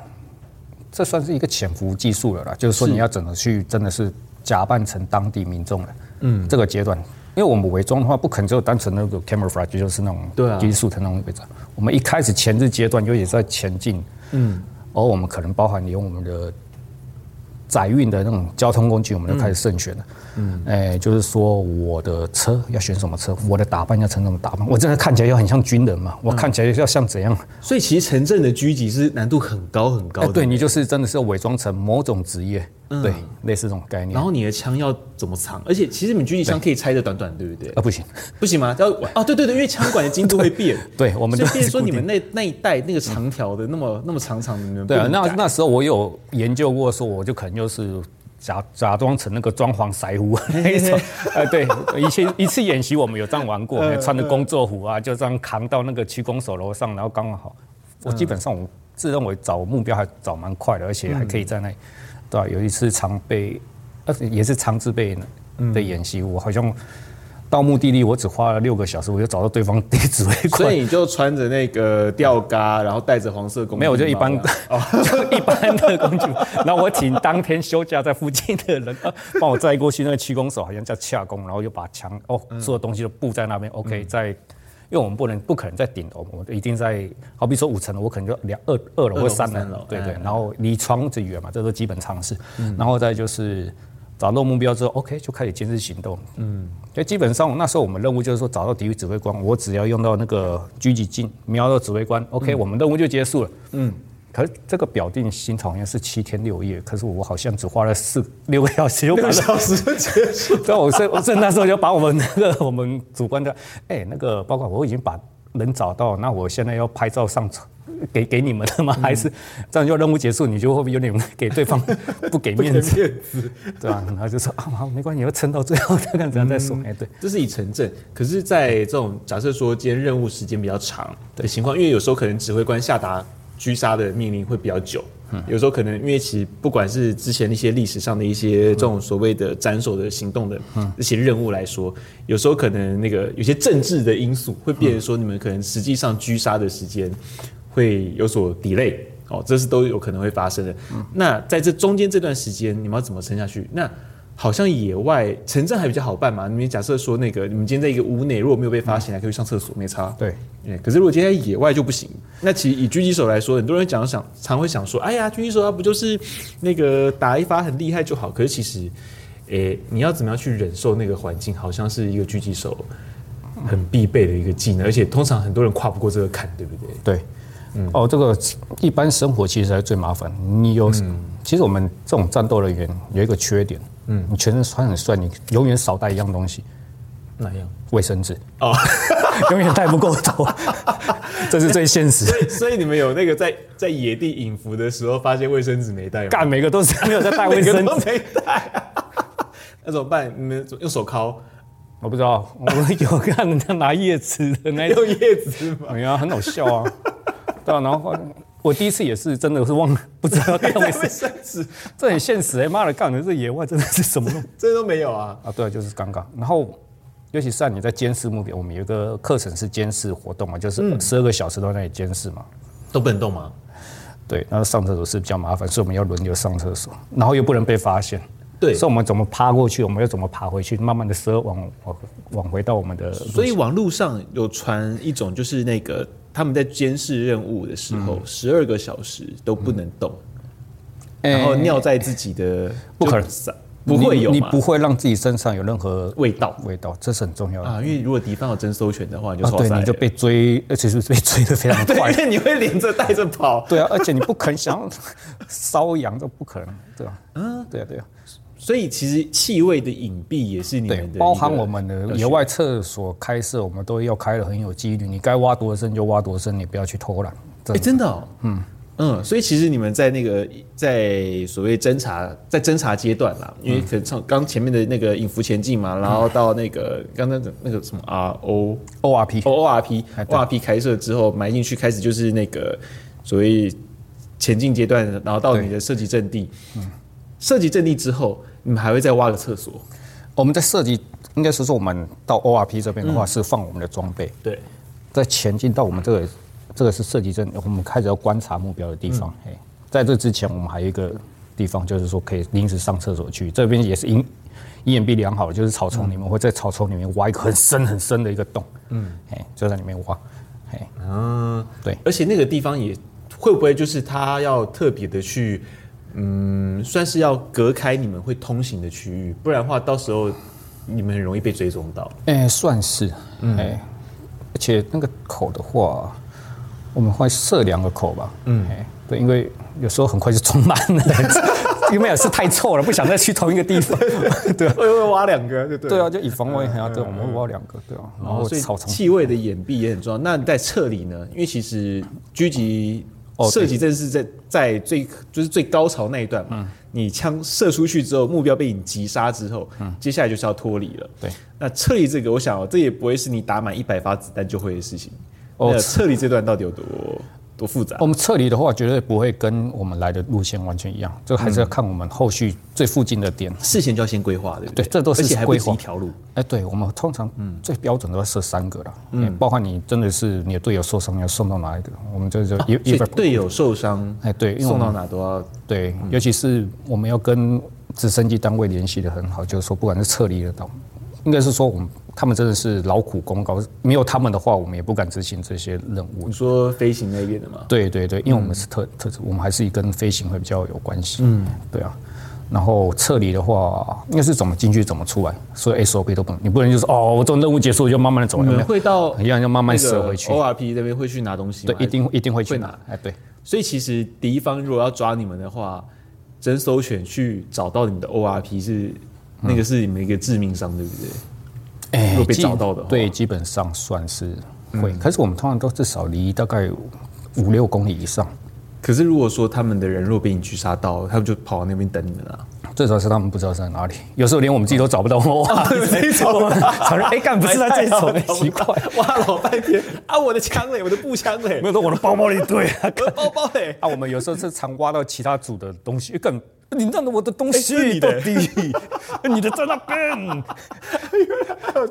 Speaker 2: 这算是一个潜伏技术了啦，就是说你要怎么去真的是假扮成当地民众了，嗯，这个阶段，因为我们伪装的话，不可能只有单纯那个 camouflage，就是那种
Speaker 1: 对啊
Speaker 2: 技术的那种伪装，我们一开始前置阶段就也在前进，嗯，而我们可能包含连我们的载运的那种交通工具，我们就开始慎选了。嗯，哎、就是说我的车要选什么车，我的打扮要成什么打扮，我真的看起来要很像军人嘛，我看起来要像怎样？
Speaker 1: 所以其实城镇的狙击是难度很高很高
Speaker 2: 哎、
Speaker 1: 的。
Speaker 2: 对你就是真的是要伪装成某种职业，对，类似这种概念。
Speaker 1: 然后你的枪要怎么藏？而且其实你狙击枪可以拆的短短，对不对
Speaker 2: 啊，？不行，
Speaker 1: 不行吗？要哦，对对对，因为枪管的精度会变。
Speaker 2: 对 我们
Speaker 1: 所以
Speaker 2: 都
Speaker 1: 变成
Speaker 2: 是
Speaker 1: 说
Speaker 2: 固
Speaker 1: 你
Speaker 2: 定
Speaker 1: 们那那一带那个长条的那么那么长长的，你们
Speaker 2: 对啊，
Speaker 1: 不能
Speaker 2: 那
Speaker 1: 改
Speaker 2: 那时候我有研究过，说我就可能就是假假装成那个装潢腮胡 那 一种，呃，对，一次一次演习我们有这样玩
Speaker 1: 嗯
Speaker 2: 过，穿着工作服啊，就这样扛到那个区公所楼上，然后刚好，
Speaker 1: 嗯
Speaker 2: 我基本上我自认为找目标还找蛮快的，而且还可以在
Speaker 1: 嗯
Speaker 2: 那里，对、啊，有一次常被，呃，也是常自备
Speaker 1: 嗯
Speaker 2: 的演习，我好像。到目的地，我只花了六个小时，我就找到对方地址会
Speaker 1: 所以你就穿着那个吊嘎，然后戴着黄色公
Speaker 2: 没有，就一般
Speaker 1: 的。
Speaker 2: 就一般的工具。然后我请当天休假在附近的人 呃帮我载过去，那个区公所好像叫洽公，然后就把墙哦，所有东西都布在那边。OK，在因为我们不能不可能在顶楼，我们一定在好比说五层楼，我可能就两二二
Speaker 1: 二
Speaker 2: 楼
Speaker 1: 楼
Speaker 2: 或三
Speaker 1: 三楼
Speaker 2: 楼，嗯对对
Speaker 1: 哎。
Speaker 2: 然后离窗子远嘛，这都基本常识。然后再就是找到目标之后，OK 就开始监视行动。嗯，所以基本上那时候我们任务就是说找到敌指挥官，我只要用到那个狙击镜瞄到指挥官，OK 我们任务就结束了。嗯。可是这个表定新好像是七天六夜，可是我好像只花了四六个小时就把
Speaker 1: 六
Speaker 2: 它
Speaker 1: 小时就结束，
Speaker 2: 对，我是我是那时候就把我们那个我们主观的，哎、那个包括我已经把人找到，那我现在要拍照上传给给你们的吗？还是这样就任务结束，你就会不会有点给对方不给面子？对啊，然后就说啊，好，没关系，要撑到最后这样子再说。哎、对，
Speaker 1: 这是以城镇。可是，在这种假设说今天任务时间比较长的情况，因为有时候可能指挥官下达狙杀的命令会比较久，有时候可能因为其实不管是之前那些历史上的一些这种所谓的斩首的行动的这些任务来说，有时候可能那个有些政治的因素会变成说你们可能实际上狙杀的时间会有所 delay。哦，这是都有可能会发生的。那在这中间这段时间，你们要怎么撑下去？那好像野外城镇还比较好办嘛。你们假设说那个，你们今天在一个屋内，如果没有被发现，还可以去上厕所，没差。
Speaker 2: 对
Speaker 1: 哎可是如果今天在野外就不行。那其实以狙击手来说，很多人讲想常会想说，哎呀，狙击手他不就是那个打一发很厉害就好？可是其实，诶、你要怎么样去忍受那个环境，好像是一个狙击手很必备的一个技能，而且通常很多人跨不过这个坎，对不对？
Speaker 2: 对，哦，这个一般生活其实还最麻烦。你有，其实我们这种战斗人员有一个缺点，嗯，你全身穿很帅，你永远少带一样东西，
Speaker 1: 哪样？
Speaker 2: 卫生纸，
Speaker 1: 哦，
Speaker 2: 永远带不够头，这是最现实。
Speaker 1: 所以你们有那个在在野地隐伏的时候，发现卫生纸没带吗？
Speaker 2: 干 每个都是没有在带卫
Speaker 1: 每个
Speaker 2: 生
Speaker 1: 都啊
Speaker 2: 纸，
Speaker 1: 没带、那怎么办？你们用手铐？
Speaker 2: 我不知道，我有看人家拿叶子的那一 种，
Speaker 1: 有叶子 吗？
Speaker 2: 哎呀，很好笑啊。对啊，然后我第一次也是真的是忘了，不知道干
Speaker 1: 会
Speaker 2: 回 事，
Speaker 1: 生死，
Speaker 2: 这很现实哎、妈的，干的这野外真的是什么都
Speaker 1: 这都没有啊。
Speaker 2: 啊，对啊，就是尴尬。然后，尤其是啊你在监视目标，我们有一个课程是监视活动嘛，就是十二个小时都在那里监视嘛。
Speaker 1: 都不能动吗？
Speaker 2: 对，那上厕所是比较麻烦，所以我们要轮流上厕所，然后又不能被发现。
Speaker 1: 对
Speaker 2: 所以我们怎么趴过去，我们又怎么爬回去，慢慢的十二往往往回到我们的路线。
Speaker 1: 所以网络上有传一种，就是那个他们在监视任务的时候，十二、个小时都不能动，然后尿在自己的
Speaker 2: 不可能
Speaker 1: 就撒嗯哎不会有
Speaker 2: 你，你
Speaker 1: 嘛
Speaker 2: 不会让自己身上有任何
Speaker 1: 味道
Speaker 2: 味道，这是很重要的。
Speaker 1: 啊，因为如果敌方有征收权的话，你就
Speaker 2: 啊，
Speaker 1: 受
Speaker 2: 对，
Speaker 1: 塞了
Speaker 2: 你就被追，而且是被追的非 常
Speaker 1: 对，
Speaker 2: 快
Speaker 1: 因。为你会连着带着跑。
Speaker 2: 对啊，而且你不可能想要 瘙痒，这不可能，对吧、嗯，对啊，对啊。
Speaker 1: 所以其实气味的隐蔽也是你
Speaker 2: 对，
Speaker 1: 们的，
Speaker 2: 包含我们的野外厕所开设，我们都要开的很有纪律。你该挖多深就挖多深，你不要去偷懒。
Speaker 1: 哎、
Speaker 2: 真的
Speaker 1: 真的、哦，嗯嗯，所以其实你们在那个在所谓侦查，在侦查阶段啦，因为可能从刚前面的那个影符前进嘛，然后到那个刚刚的那个什么 R O
Speaker 2: ORP，
Speaker 1: O R P
Speaker 2: 哦哎
Speaker 1: O
Speaker 2: 对
Speaker 1: R P 开设之后埋进去，开始就是那个所谓前进阶段，然后到你的射击阵地，射击阵地之后，你们还会再挖个厕所，
Speaker 2: 我们在设计，应该是说我们到 ORP 这边的话是放我们的装备，
Speaker 1: 对，
Speaker 2: 在前进到我们这个这个是射击阵，我们开始要观察目标的地方。嘿，在这之前，我们还有一个地方就是说可以临时上厕所去，这边也是隐眼蔽良好，就是草丛里面会在草丛里面挖一个很深很深的一个洞，嗯，哎，就在里面挖，哎，
Speaker 1: 嗯，
Speaker 2: 对
Speaker 1: 而且那个地方也会不会就是他要特别的去，嗯，算是要隔开你们会通行的区域，不然的话，到时候你们很容易被追踪 到。
Speaker 2: 哎、算是，嗯，哎、而且那个口的话，我们会设两个口吧，嗯，哎、对，因为有时候很快就充满了，因为也是太臭了，不想再去同一个地方，对啊，
Speaker 1: 会会挖两个，对不对？
Speaker 2: 对啊，。就以防万一啊，对，我们会挖两个，对啊，然
Speaker 1: 哦
Speaker 2: 后，
Speaker 1: 所以
Speaker 2: 草丛，
Speaker 1: 气味的掩蔽也很重要。那在撤离呢？因为其实狙击
Speaker 2: 哦对
Speaker 1: 射击正是在在最就是最高潮那一段
Speaker 2: 嗯
Speaker 1: 嘛。你枪射出去之后，目标被你击杀之后，接下来就是要脱离了。
Speaker 2: 嗯对，
Speaker 1: 那撤离这个，我想、哦、这也不会是你打满一百发子弹就会的事情。
Speaker 2: 哦
Speaker 1: 那撤离这段到底有多多复杂
Speaker 2: 我？们撤离的话，绝对不会跟我们来的路线完全一样，啊这还是要看我们后续最附近的点。
Speaker 1: 事先就要先规划，对不对？
Speaker 2: 对这都是
Speaker 1: 而且还不
Speaker 2: 规
Speaker 1: 止
Speaker 2: 划
Speaker 1: 一条路。
Speaker 2: 哎，对，我们通常最标准都要设三个啦，嗯，包含你真的是你的队友受伤，你要送到哪一个，我们这就
Speaker 1: 所
Speaker 2: 一
Speaker 1: 以
Speaker 2: 一份
Speaker 1: 队友受伤，
Speaker 2: 哎对因为我
Speaker 1: 送
Speaker 2: 们
Speaker 1: 到哪都要
Speaker 2: 对，尤其是我们要跟直升机单位联系的很好，就是说不管是撤离的到，应该是说我们他们真的是劳苦功高，没有他们的话，我们也不敢执行这些任务
Speaker 1: 你。说飞行那边的嘛？
Speaker 2: 对对对，因为我们是特、特特，我们还是跟飞行会比较有关系。嗯，对啊。然后撤离的话，应该是怎么进去怎么出来，所以 SOP 都不能，你不能就是哦，我这种任务结束我就慢慢的走，
Speaker 1: 你
Speaker 2: 有没
Speaker 1: 们
Speaker 2: 有
Speaker 1: 会到
Speaker 2: 一样要慢慢折回去
Speaker 1: O R P 那边会去拿东西吗
Speaker 2: 对，一。定一定会去
Speaker 1: 会拿
Speaker 2: 拿。哎，对，
Speaker 1: 所以其实敌方如果要抓你们的话，征收权去找到你们的 O R P 是
Speaker 2: 嗯
Speaker 1: 那个是你们一个致命伤，对不对？
Speaker 2: 哎
Speaker 1: 如果被
Speaker 2: 基
Speaker 1: 找到的话
Speaker 2: 对，基本上算是会。可是我们通常都至少离大概五六公里以上，
Speaker 1: 可是如果说他们的人若被你狙杀到，他们就跑到那边等你们了、
Speaker 2: 最主要是他们不知道是在哪 里，有时候连我们自己都找不到。哇，
Speaker 1: 自己找不到
Speaker 2: 找哎，干不是在这种，哎奇怪，
Speaker 1: 挖老半天啊！我的枪嘞，我的步枪嘞
Speaker 2: 没，有说我的包包里对啊。
Speaker 1: 我的包包嘞，
Speaker 2: 啊，我们有时候是常挖到其他组的东西，哎更你让我的东
Speaker 1: 哎是你
Speaker 2: 西到
Speaker 1: 的
Speaker 2: 底， 你的在那 边，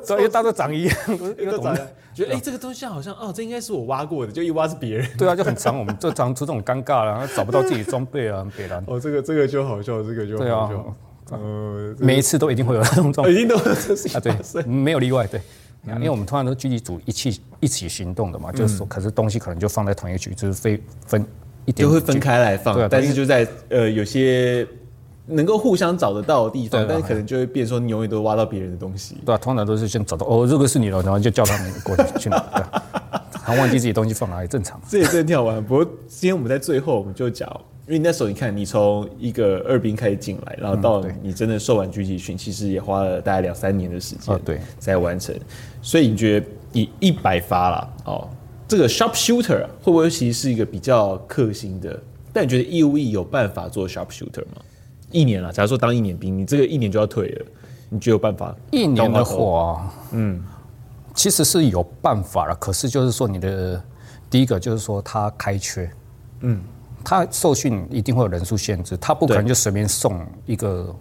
Speaker 2: 所以大家都长一样，
Speaker 1: 一
Speaker 2: 又
Speaker 1: 个
Speaker 2: 懂
Speaker 1: 咋
Speaker 2: 了
Speaker 1: 样？觉得哎、这个东西好像哦，这应该是我挖过的，就一挖是别人。
Speaker 2: 对啊，就很常我们就常出这种尴尬啦，然后找不到自己装备啊，很北兰。
Speaker 1: 哦，这个这个就好笑，这个就
Speaker 2: 对啊
Speaker 1: 好笑。呃，
Speaker 2: 每一次都一定会有这种状
Speaker 1: 已经都是嗯事情
Speaker 2: 啊，对
Speaker 1: 发生，。
Speaker 2: 没有例外，对。因为我们通常都聚集组一起一起行动
Speaker 1: 嗯
Speaker 2: 的嘛，就是说，可是东西可能就放在同一个区，就是非分一点
Speaker 1: 就会分开来放，
Speaker 2: 对啊
Speaker 1: 但是就在呃有些能够互相找得到的地方
Speaker 2: 对，
Speaker 1: 但
Speaker 2: 对
Speaker 1: 是可能就会变说你永远都挖到别人的东西。
Speaker 2: 对啊，通常都是先找到哦，这个是你的，然后就叫他们过去去拿，对啊 还忘记自己东西放哪里，正常。
Speaker 1: 这也真的挺好玩。不过今天我们在最后我们就讲，因为那时候你看，你从一个二兵开始进来，然后到
Speaker 2: 嗯对
Speaker 1: 你真的受完狙击训，其实也花了大概两三年的时间，
Speaker 2: 哦对，
Speaker 1: 才完成。所以你觉得以一百发啦，哦，这个 sharpshooter 啊会不会其实是一个比较克星的？但你觉得 E O E 有办法做 sharpshooter 吗？一年了，假如说当一年兵，你这个一年就要退了，你觉得有办法？
Speaker 2: 一年的
Speaker 1: 高高
Speaker 2: 话，嗯，其实是有办法了，可是就是说你的第一个就是说它开缺，嗯，它受训一定会有人数限制，他不可能
Speaker 1: 对
Speaker 2: 就随便送一个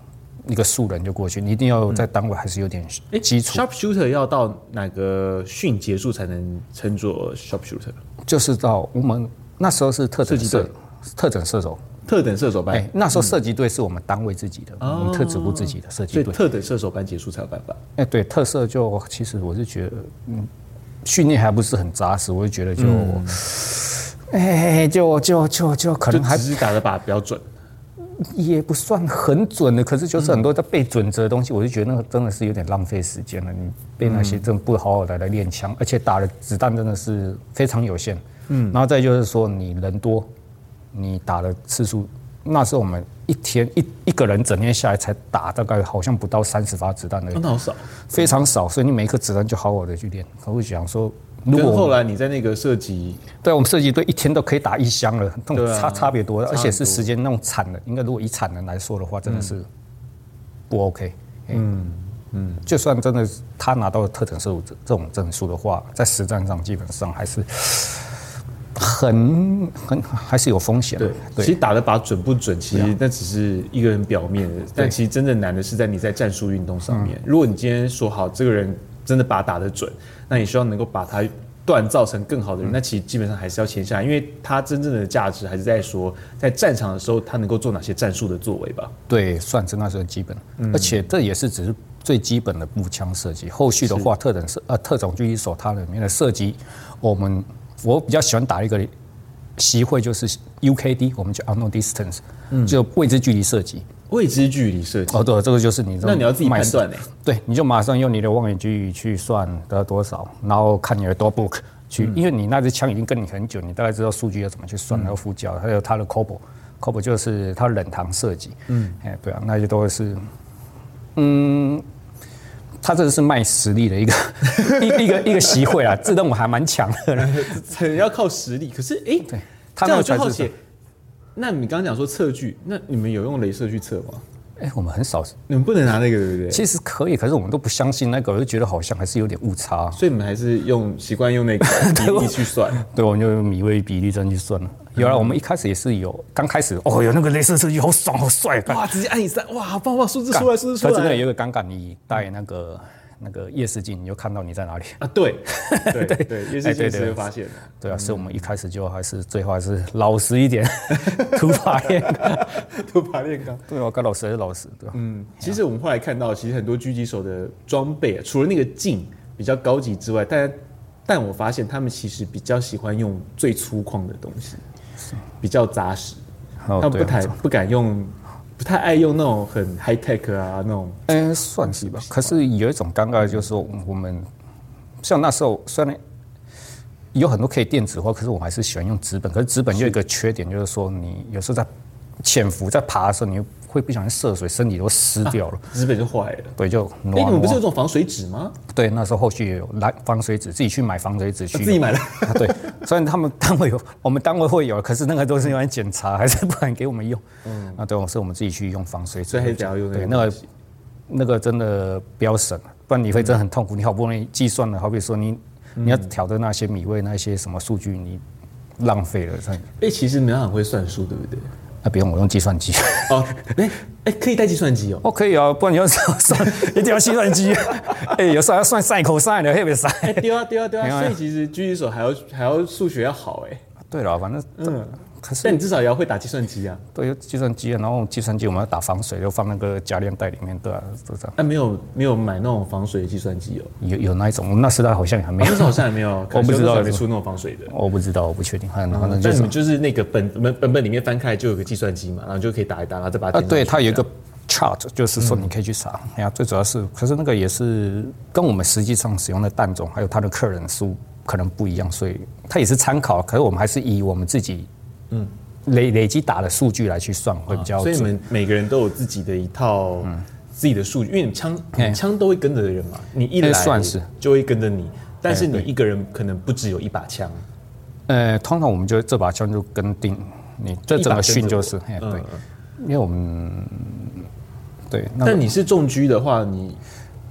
Speaker 2: 一个素人就过去，你一定要在单位还是有点
Speaker 1: 嗯诶
Speaker 2: 基础，
Speaker 1: sharp shooter 要到哪个训结束才能称作 sharp shooter？
Speaker 2: 就是到我们那时候是特
Speaker 1: 射
Speaker 2: 整
Speaker 1: 击
Speaker 2: 射
Speaker 1: 队嗯
Speaker 2: 特整射手，
Speaker 1: 特等射手
Speaker 2: 哎、
Speaker 1: 班，
Speaker 2: 那时候射击队是我们单位自己的，我们特指部自己的射
Speaker 1: 所
Speaker 2: 击
Speaker 1: 以
Speaker 2: 队，
Speaker 1: 特等射手班结束才有办法。
Speaker 2: 哎、对，特色就其实我是觉得，嗯，训练还不是很扎实，我就觉得就，哎、就就就就可
Speaker 1: 就
Speaker 2: 能还
Speaker 1: 只是打的靶比较准，
Speaker 2: 也不算很准的，可是就是很多在背准则的东西，我就觉得那个真的是有点浪费时间了。你背那些真的不好好的来练枪，而且打的子弹真的是非常有限。嗯，然后再就是说你人多，你打的次数，那时候我们一天一一个人整天下来才打大概好像不到三十发子弹而已。
Speaker 1: 那好少。
Speaker 2: 非常少，所以你每一颗子弹就好好的去练。我会想说，如
Speaker 1: 跟
Speaker 2: 果我
Speaker 1: 后
Speaker 2: 们
Speaker 1: 来你在那个射击，
Speaker 2: 对我们射击队一天都可以打一箱了，那种
Speaker 1: 对啊
Speaker 2: 差差别多了，
Speaker 1: 差
Speaker 2: 而
Speaker 1: 很
Speaker 2: 且是时间那种产能，应该如果以产能来说的话，真
Speaker 1: 嗯
Speaker 2: 的是不 OK。嗯嗯，就算真的是他拿到了特等射手这这种证书的话，在实战上基本上还是很很还是有风险的
Speaker 1: 对。，其实打的靶准不准，
Speaker 2: 啊
Speaker 1: 其实那只是一个人表面的，但其实真正难的是在你在战术运动上
Speaker 2: 嗯
Speaker 1: 面。如果你今天说好这个人真的靶打得准，那你希望能够把他锻造成更好
Speaker 2: 嗯
Speaker 1: 的人，那其实基本上还是要签下来，因为他真正的价值还是在说在战场的时候他能够做哪些战术的作为吧。
Speaker 2: 对，算是那时候基本，
Speaker 1: 嗯
Speaker 2: 而且这也是只是最基本的步枪射击。后续的话，特等射呃特种狙击手它里面的射击，我们我比较喜欢打一个习会就是 UKD，我们叫 unknown distance，、就
Speaker 1: 嗯
Speaker 2: 未知距离射击。
Speaker 1: 未知距离射击，
Speaker 2: 哦，对，这个就是你这种
Speaker 1: 那你要自己
Speaker 2: 麦
Speaker 1: 判
Speaker 2: 斯
Speaker 1: 断欸呢、
Speaker 2: 对，你就马上用你的望远镜去算得多少，然后看你的 door book 去，因为你那支枪已经跟你很久，你大概知道数据要怎么去算，还有副胶，还有它的 c o b o c o b o 就是它冷膛设计，嗯，哎，对啊，那就都是，嗯。它这是卖实力的一个 一一个一个习会啊，自动我还蛮强的啦。
Speaker 1: 很要靠实力。可是哎、
Speaker 2: 对，他
Speaker 1: 这样
Speaker 2: 那个
Speaker 1: 我就
Speaker 2: 才
Speaker 1: 好
Speaker 2: 是
Speaker 1: 奇。那你刚刚讲说测距，那你们有用镭射去测吗？
Speaker 2: 哎，我们很少，
Speaker 1: 你们不能拿那个，对不对？
Speaker 2: 其实可以，可是我们都不相信那个，我就觉得好像还是有点误差啊、
Speaker 1: 所以你们还是用习惯用 那个比例去算。
Speaker 2: 对，我们就用米味比例这样去算了。原来我们一开始也是有，刚开始哦，有那个镭射射击，好爽，好帅，干
Speaker 1: 哇，直接按一三，哇，好棒好棒，数字啊
Speaker 2: 干
Speaker 1: 出来，数字出
Speaker 2: 可是那
Speaker 1: 来
Speaker 2: 有一个尴尬，你戴那个那个夜视镜，你就看到你在哪里。
Speaker 1: 啊！ 对对对，也是
Speaker 2: 哎
Speaker 1: 近
Speaker 2: 对对
Speaker 1: 时会发现的。
Speaker 2: 对啊，所以我们一开始就还是最后还是老实一点， 土法 炼钢。
Speaker 1: 都把炼钢。
Speaker 2: 对啊，该老实还是老实，对吧、
Speaker 1: 嗯，其实我们后来看到，其实很多狙击手的装备、啊，除了那个镜比较高级之外，但但我发现他们其实比较喜欢用最粗犷的东西，比较扎实。
Speaker 2: 哦
Speaker 1: 他们
Speaker 2: 对
Speaker 1: 不
Speaker 2: 啊
Speaker 1: 太不敢用，不太爱用那种很 high tech 啊那种。
Speaker 2: 嗯，算是吧。可是有一种尴尬，就是说我们像那时候虽然有很多可以电子化，可是我还是喜欢用纸本。可是纸本有一个缺点，就是说你有时候在潜伏在爬的时候，你会不小心涉水，身体都湿掉了，
Speaker 1: 纸本就坏了。
Speaker 2: 对，就
Speaker 1: 哎、
Speaker 2: 暖
Speaker 1: 你们不是有
Speaker 2: 暖。
Speaker 1: 种防水纸吗？
Speaker 2: 对，那时候后续也有来防水纸，自己去买防水纸去用。
Speaker 1: 自己买的
Speaker 2: 啊对，虽然他们单位有，我们单位会有，可是那个都是用来检查，还是不敢给我们用。嗯，啊，对，所以我们自己去用防水纸，
Speaker 1: 所以还是得要用那
Speaker 2: 对，
Speaker 1: 个
Speaker 2: 那
Speaker 1: 东
Speaker 2: 个
Speaker 1: 西。
Speaker 2: 那个真的不要省，不然你会真的很痛苦。你好不容易计算了，好比说你你要调的那些米味、那些什么数据，你浪费了。真的
Speaker 1: 哎、其实你们很会算数，对不对？
Speaker 2: 啊，不用我用计 算机，
Speaker 1: 哦，哎、哎、可以带计算机哦。
Speaker 2: 哦，可以啊，不然你要算，一定要计算 机。哎、有时候还要算赛口赛的，特别赛。
Speaker 1: 哎、对啊，对啊，对
Speaker 2: 没有
Speaker 1: 啊。
Speaker 2: 啊
Speaker 1: 所以其实狙击手还要还要数学要好哎、
Speaker 2: 对了，反正嗯，可
Speaker 1: 但
Speaker 2: 是
Speaker 1: 你至少也要会打计算机啊。
Speaker 2: 对，有计算机啊，然后计算机我们要打防水，就放那个夹链袋里面，对啊，就这样。
Speaker 1: 那、没有没有买那种防水的计算机哦。
Speaker 2: 有有那一种，我们那时代好像也还没
Speaker 1: 那时候好
Speaker 2: 有，
Speaker 1: 像还没有，
Speaker 2: 我不知道
Speaker 1: 还没出那种防水的。
Speaker 2: 我不知道，我不确定，反正反正就
Speaker 1: 但你
Speaker 2: 是
Speaker 1: 们就是那个本本本本里面翻开就有个计算机嘛，然后就可以打一打，然后再把它
Speaker 2: 啊，
Speaker 1: 点上
Speaker 2: 对，
Speaker 1: 去
Speaker 2: 它有一个 chart，就是
Speaker 1: 嗯
Speaker 2: 说你可以去查。哎呀、最主要是，可是那个也是跟我们实际上使用的弹种还有它的客人数可能不一样，所以它也是参考。可是我们还是以我们自己嗯累累积打的数据来去算会比较
Speaker 1: 啊所
Speaker 2: 准。
Speaker 1: 以你们每个人都有自己的一套自己的数据，因为你枪
Speaker 2: 嗯嘿
Speaker 1: 你枪都会跟着人嘛，你一来
Speaker 2: 哎算是
Speaker 1: 就会跟着你，但是你
Speaker 2: 对
Speaker 1: 一个人可能不只有一把枪，
Speaker 2: 呃，通常我们就这把枪就跟定你这整个训就是，
Speaker 1: 一把
Speaker 2: 哎
Speaker 1: 跟着我
Speaker 2: 对
Speaker 1: 嗯，
Speaker 2: 因为我们对，那
Speaker 1: 但你是重狙的话，你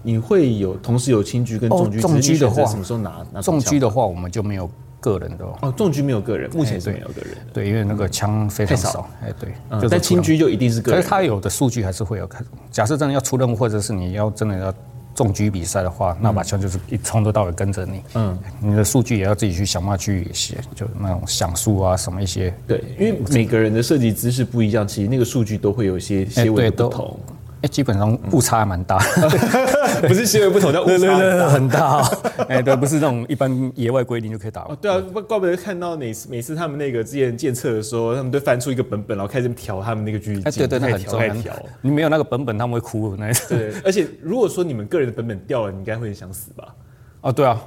Speaker 1: 你会有同时有轻狙跟
Speaker 2: 哦
Speaker 1: 重狙，
Speaker 2: 重
Speaker 1: 只是你
Speaker 2: 狙的
Speaker 1: 选择
Speaker 2: 话
Speaker 1: 什么时候拿拿
Speaker 2: 重
Speaker 1: 枪
Speaker 2: 狙的话，我们就没有个人的哦。
Speaker 1: 哦，重狙没有个人，目前是
Speaker 2: 对
Speaker 1: 没有个人的，
Speaker 2: 对，因为那个枪非
Speaker 1: 嗯太
Speaker 2: 常
Speaker 1: 少
Speaker 2: 少，哎，对，
Speaker 1: 嗯
Speaker 2: 就是
Speaker 1: 但轻
Speaker 2: 不能
Speaker 1: 狙就一定是个
Speaker 2: 可
Speaker 1: 人
Speaker 2: 是。他有的数据还是会有。假设真的要出任务，或者是你要真的要重狙比赛的话，那把枪就是一从头到尾跟着你。嗯，你的数据也要自己去想办法去写，就那种想数啊什么一些。
Speaker 1: 对，因为每个人的射击姿势不一样，其实那个数据都会有一些些微
Speaker 2: 对
Speaker 1: 的不
Speaker 2: 都
Speaker 1: 同。
Speaker 2: 哎，基本上误差还蛮 大，
Speaker 1: 不是行为不同， 叫误差。
Speaker 2: 很大、 哦。哎，对，不是那种一般野外规定就可以打。
Speaker 1: 哦，对啊，怪怪不得看到每次每次他们那个之前建测的时候，他们都翻出一个本本，然后开始调他们那个狙击，
Speaker 2: 哎，对对，那
Speaker 1: 开
Speaker 2: 很
Speaker 1: 始调
Speaker 2: 重
Speaker 1: 开
Speaker 2: 要
Speaker 1: 始调。。
Speaker 2: 你没有那个本本，他们会哭的那一种。
Speaker 1: 对，而且如果说你们个人的本本掉了，你应该会想死 吧？
Speaker 2: 哦，对啊，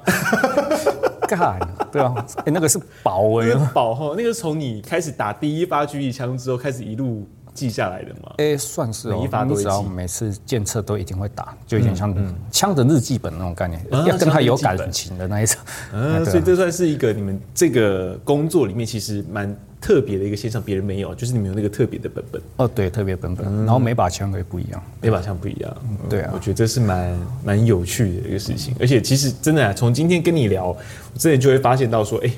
Speaker 2: 干，对啊，哎，那个是宝哎、
Speaker 1: 因为宝哈，那个是从你开始打第一发狙击枪之后开始一路记下来的嘛。
Speaker 2: 哎，算是
Speaker 1: 每
Speaker 2: 哦
Speaker 1: 一发，都
Speaker 2: 你
Speaker 1: 会
Speaker 2: 只要
Speaker 1: 记
Speaker 2: 每次检测都一定会打，就有点像枪的日记本那种概念，
Speaker 1: 啊
Speaker 2: 要跟他有
Speaker 1: 枪的日记本
Speaker 2: 感情的那一种。 哎
Speaker 1: 嗯，
Speaker 2: 对啊
Speaker 1: 所以这算是一个你们这个工作里面其实蛮特别的一个现象，别人没有，就是你们有那个特别的本本，
Speaker 2: 哦，对，特别本本，然后每把枪也不一样。
Speaker 1: 每把枪不一样。
Speaker 2: 对啊
Speaker 1: 我觉得这是蛮蛮有趣的一个事情，而且其实真的啊从、今天跟你聊，我真的就会发现到说，哎、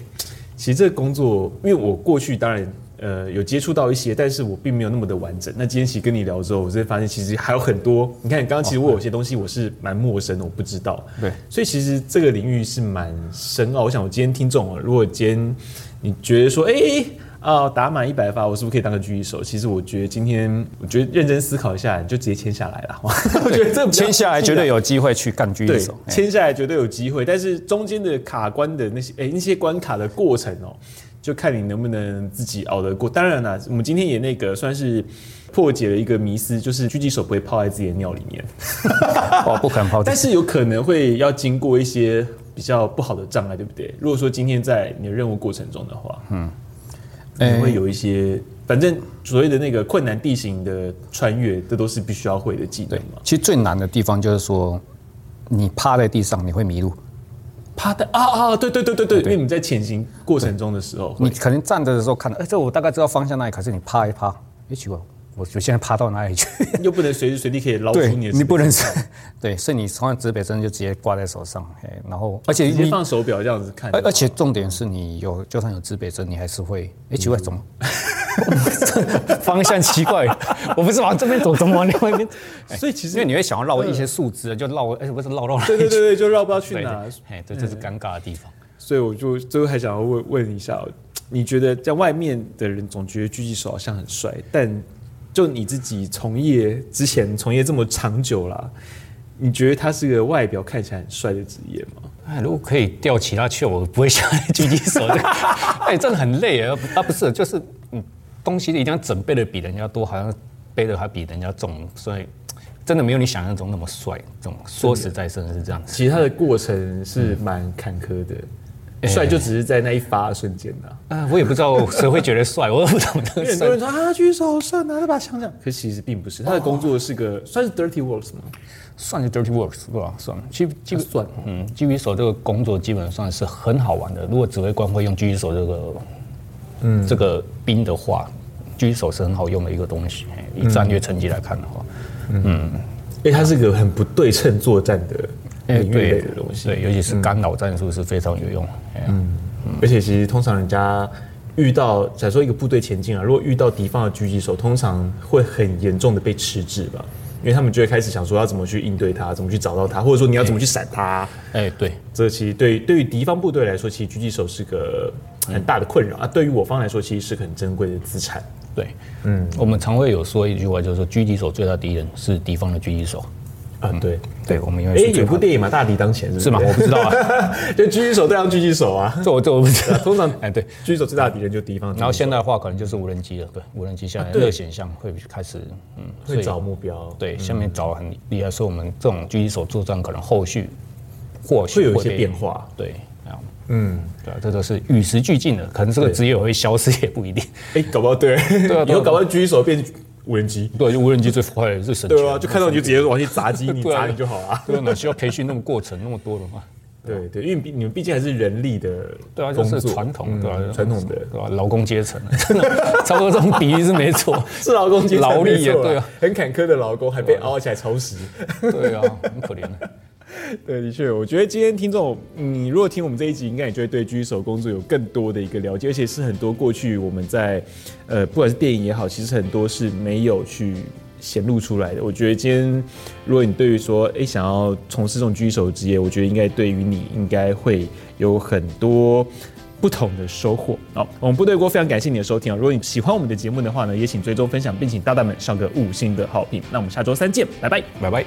Speaker 1: 其实这个工作，因为我过去当然。呃，有接触到一些，但是我并没有那么的完整。那今天其实跟你聊之后，我真的发现其实还有很多。你看，刚刚其实我有些东西我是蛮陌生的，我不知道。
Speaker 2: 对
Speaker 1: 所以其实这个领域是蛮深奥。我想，我今天听众，呃如果今天你觉得说，哎、啊、打满一百发，我是不是可以当个狙击手？其实我觉得今天，我觉得认真思考一下，你就直接签下来了。 我觉得这比较
Speaker 2: 签下来
Speaker 1: 实际
Speaker 2: 绝
Speaker 1: 啊
Speaker 2: 对有机会去干狙一
Speaker 1: 对
Speaker 2: 手。，哎
Speaker 1: 签下来绝对有机会，但是中间的卡关的那些，哎、那些关卡的过程哦、就看你能不能自己熬得过。当然啦，我们今天也那个算是破解了一个迷思，就是狙击手不会泡在自己的尿里面，
Speaker 2: 哦，不可能抛
Speaker 1: 但
Speaker 2: 但是
Speaker 1: 是有可能会要经过一些比较不好的障碍，对不对？如果说今天在你的任务过程中的话，嗯，
Speaker 2: 哎
Speaker 1: 你会有一些，反正所谓的那个困难地形的穿越，这都是必须要会的技能嘛。
Speaker 2: 其实最难的地方就是说，你趴在地上你会迷路，
Speaker 1: 啪的啊啊，对对对对对，因
Speaker 2: 对
Speaker 1: 为你在潜行过程中的时候会，
Speaker 2: 你可能站着的时候看到，哎，这我大概知道方向那里，可是你趴一趴，哎，奇怪，我我现在趴到哪里去？
Speaker 1: 又不能随时随地可以捞出
Speaker 2: 对，
Speaker 1: 你的，
Speaker 2: 你不能是，对，所以你穿指北针就直接挂在手上，嘿，然后而且
Speaker 1: 直接
Speaker 2: 你
Speaker 1: 放手表这样子看，
Speaker 2: 而而且重点是你有，就算有自卑症，你还是会，哎、奇怪， 怎么方向奇 怪？我不是往这边走，怎么往另外一边？
Speaker 1: 所以其
Speaker 2: 因
Speaker 1: 实
Speaker 2: 为你会想要绕一些树枝，就绕，哎、不是绕绕来
Speaker 1: 对对对对，就绕不到去
Speaker 2: 对
Speaker 1: 哪
Speaker 2: 对，，哎，这这是尴尬的地方。
Speaker 1: 所以我就最后还想要问问一下，你觉得在外面的人总觉得狙击手好像很帅，但就你自己从业之前从业这么长久啦，你觉得他是个外表看起来很帅的职业吗？
Speaker 2: 哎，如果可以钓其他雀，我不会想来狙击 手的。哎，真的很累啊！啊，不是，就是嗯，东西一定要准备的比人家多，好像背的还比人家重，所以真的没有你想象中那么帅。这种说实在，真的是这样子。
Speaker 1: 其实他的过程是蛮坎坷的，帅、就只是在那一发的瞬间呐、
Speaker 2: 啊，我也不知道谁会觉得帅， 我也不懂
Speaker 1: 因
Speaker 2: 那个
Speaker 1: 为很
Speaker 2: 帅
Speaker 1: 多。人说啊，狙击手好帅，拿着把枪这样，可是其实并不是，他的工作是个算是 dirty works 吗？
Speaker 2: 算是 dirty works 对吧？算，基基本
Speaker 1: 算
Speaker 2: 嗯，狙击手这个工作基本上是很好玩的。如果指挥官会用狙击手这个，嗯，这个兵的话，狙击手是很好用的一个东西。嘿以战略成绩来看的话，
Speaker 1: 因哎为他是个很不对称作战的领域类
Speaker 2: 对
Speaker 1: 的东西，
Speaker 2: 对，尤其是干扰战术是非常有用。嗯，
Speaker 1: 而且其实通常人家遇到，假如说一个部队前进啊，如果遇到敌方的狙击手，通常会很严重的被迟滞吧，因为他们就会开始想说要怎么去应对他，怎么去找到他，或者说你要怎么去闪他。
Speaker 2: 哎，对，
Speaker 1: 这其实对对于敌方部队来说，其实狙击手是个很大的困扰啊。对于我方来说，其实是个很珍贵的资产。
Speaker 2: 对，嗯，我们常会有说一句话，就是说狙击手最大敌人是敌方的狙击手。
Speaker 1: 啊，对，
Speaker 2: 对，我们因为
Speaker 1: 哎，
Speaker 2: 是最
Speaker 1: 有部
Speaker 2: 怕
Speaker 1: 电影嘛，《大敌当前》是
Speaker 2: 是吗？我不知道啊，
Speaker 1: 是？ 就狙击手对上狙击手啊，
Speaker 2: 这我这我不知道。
Speaker 1: 通常
Speaker 2: 哎，对，
Speaker 1: 狙击手最大的敌人就是敌方的狙击手，
Speaker 2: 然后现代化可能就是无人机了，啊对，无人机下来
Speaker 1: 对
Speaker 2: 热显像会开始，嗯，所
Speaker 1: 会
Speaker 2: 以
Speaker 1: 找目标，
Speaker 2: 对，下面找很厉害，所以我们这种狙击手作战可能后续或许
Speaker 1: 会有一些
Speaker 2: 被
Speaker 1: 变，化。
Speaker 2: 对，啊，
Speaker 1: 嗯，
Speaker 2: 对啊，这都是与时俱进的，可能这个
Speaker 1: 对
Speaker 2: 职业会消失也不一定，
Speaker 1: 哎、搞不好对，
Speaker 2: 对 啊
Speaker 1: 以后搞不好狙击手变无人机，
Speaker 2: 对，就无人机最快最省
Speaker 1: 对啊，
Speaker 2: 钱，
Speaker 1: 就看到你就直接往去砸击你，
Speaker 2: 对啊
Speaker 1: 砸你就好啊。
Speaker 2: 对啊，哪需要培训那么过程那么多的嘛？
Speaker 1: 对对，因为毕你们毕竟还是人力的
Speaker 2: 对啊，就
Speaker 1: 工作
Speaker 2: 是传统，
Speaker 1: 嗯
Speaker 2: 对啊，
Speaker 1: 传统的
Speaker 2: 对吧、劳工阶层， 真的，差不多这种比喻是没错，
Speaker 1: 是劳工阶层
Speaker 2: 劳力
Speaker 1: 没错啦
Speaker 2: 也对啊，
Speaker 1: 很坎坷的劳工还被熬起来超时。
Speaker 2: 对啊，很可怜的。
Speaker 1: 对，的确，我觉得今天听众，你如果听我们这一集，应该也就会对狙手工作有更多的一个了解，而且是很多过去我们在呃，不管是电影也好，其实很多是没有去呃显露出来的。我觉得今天，如果你对于说，哎、想要从事这种狙手职业，我觉得应该对于你应该会有很多。不同的收获。好，我们部队锅非常感谢你的收听啊！如果你喜欢我们的节目的话呢，也请追踪分享，并请大大们上个五星的好评。那我们下周三见，拜拜。
Speaker 2: 拜拜。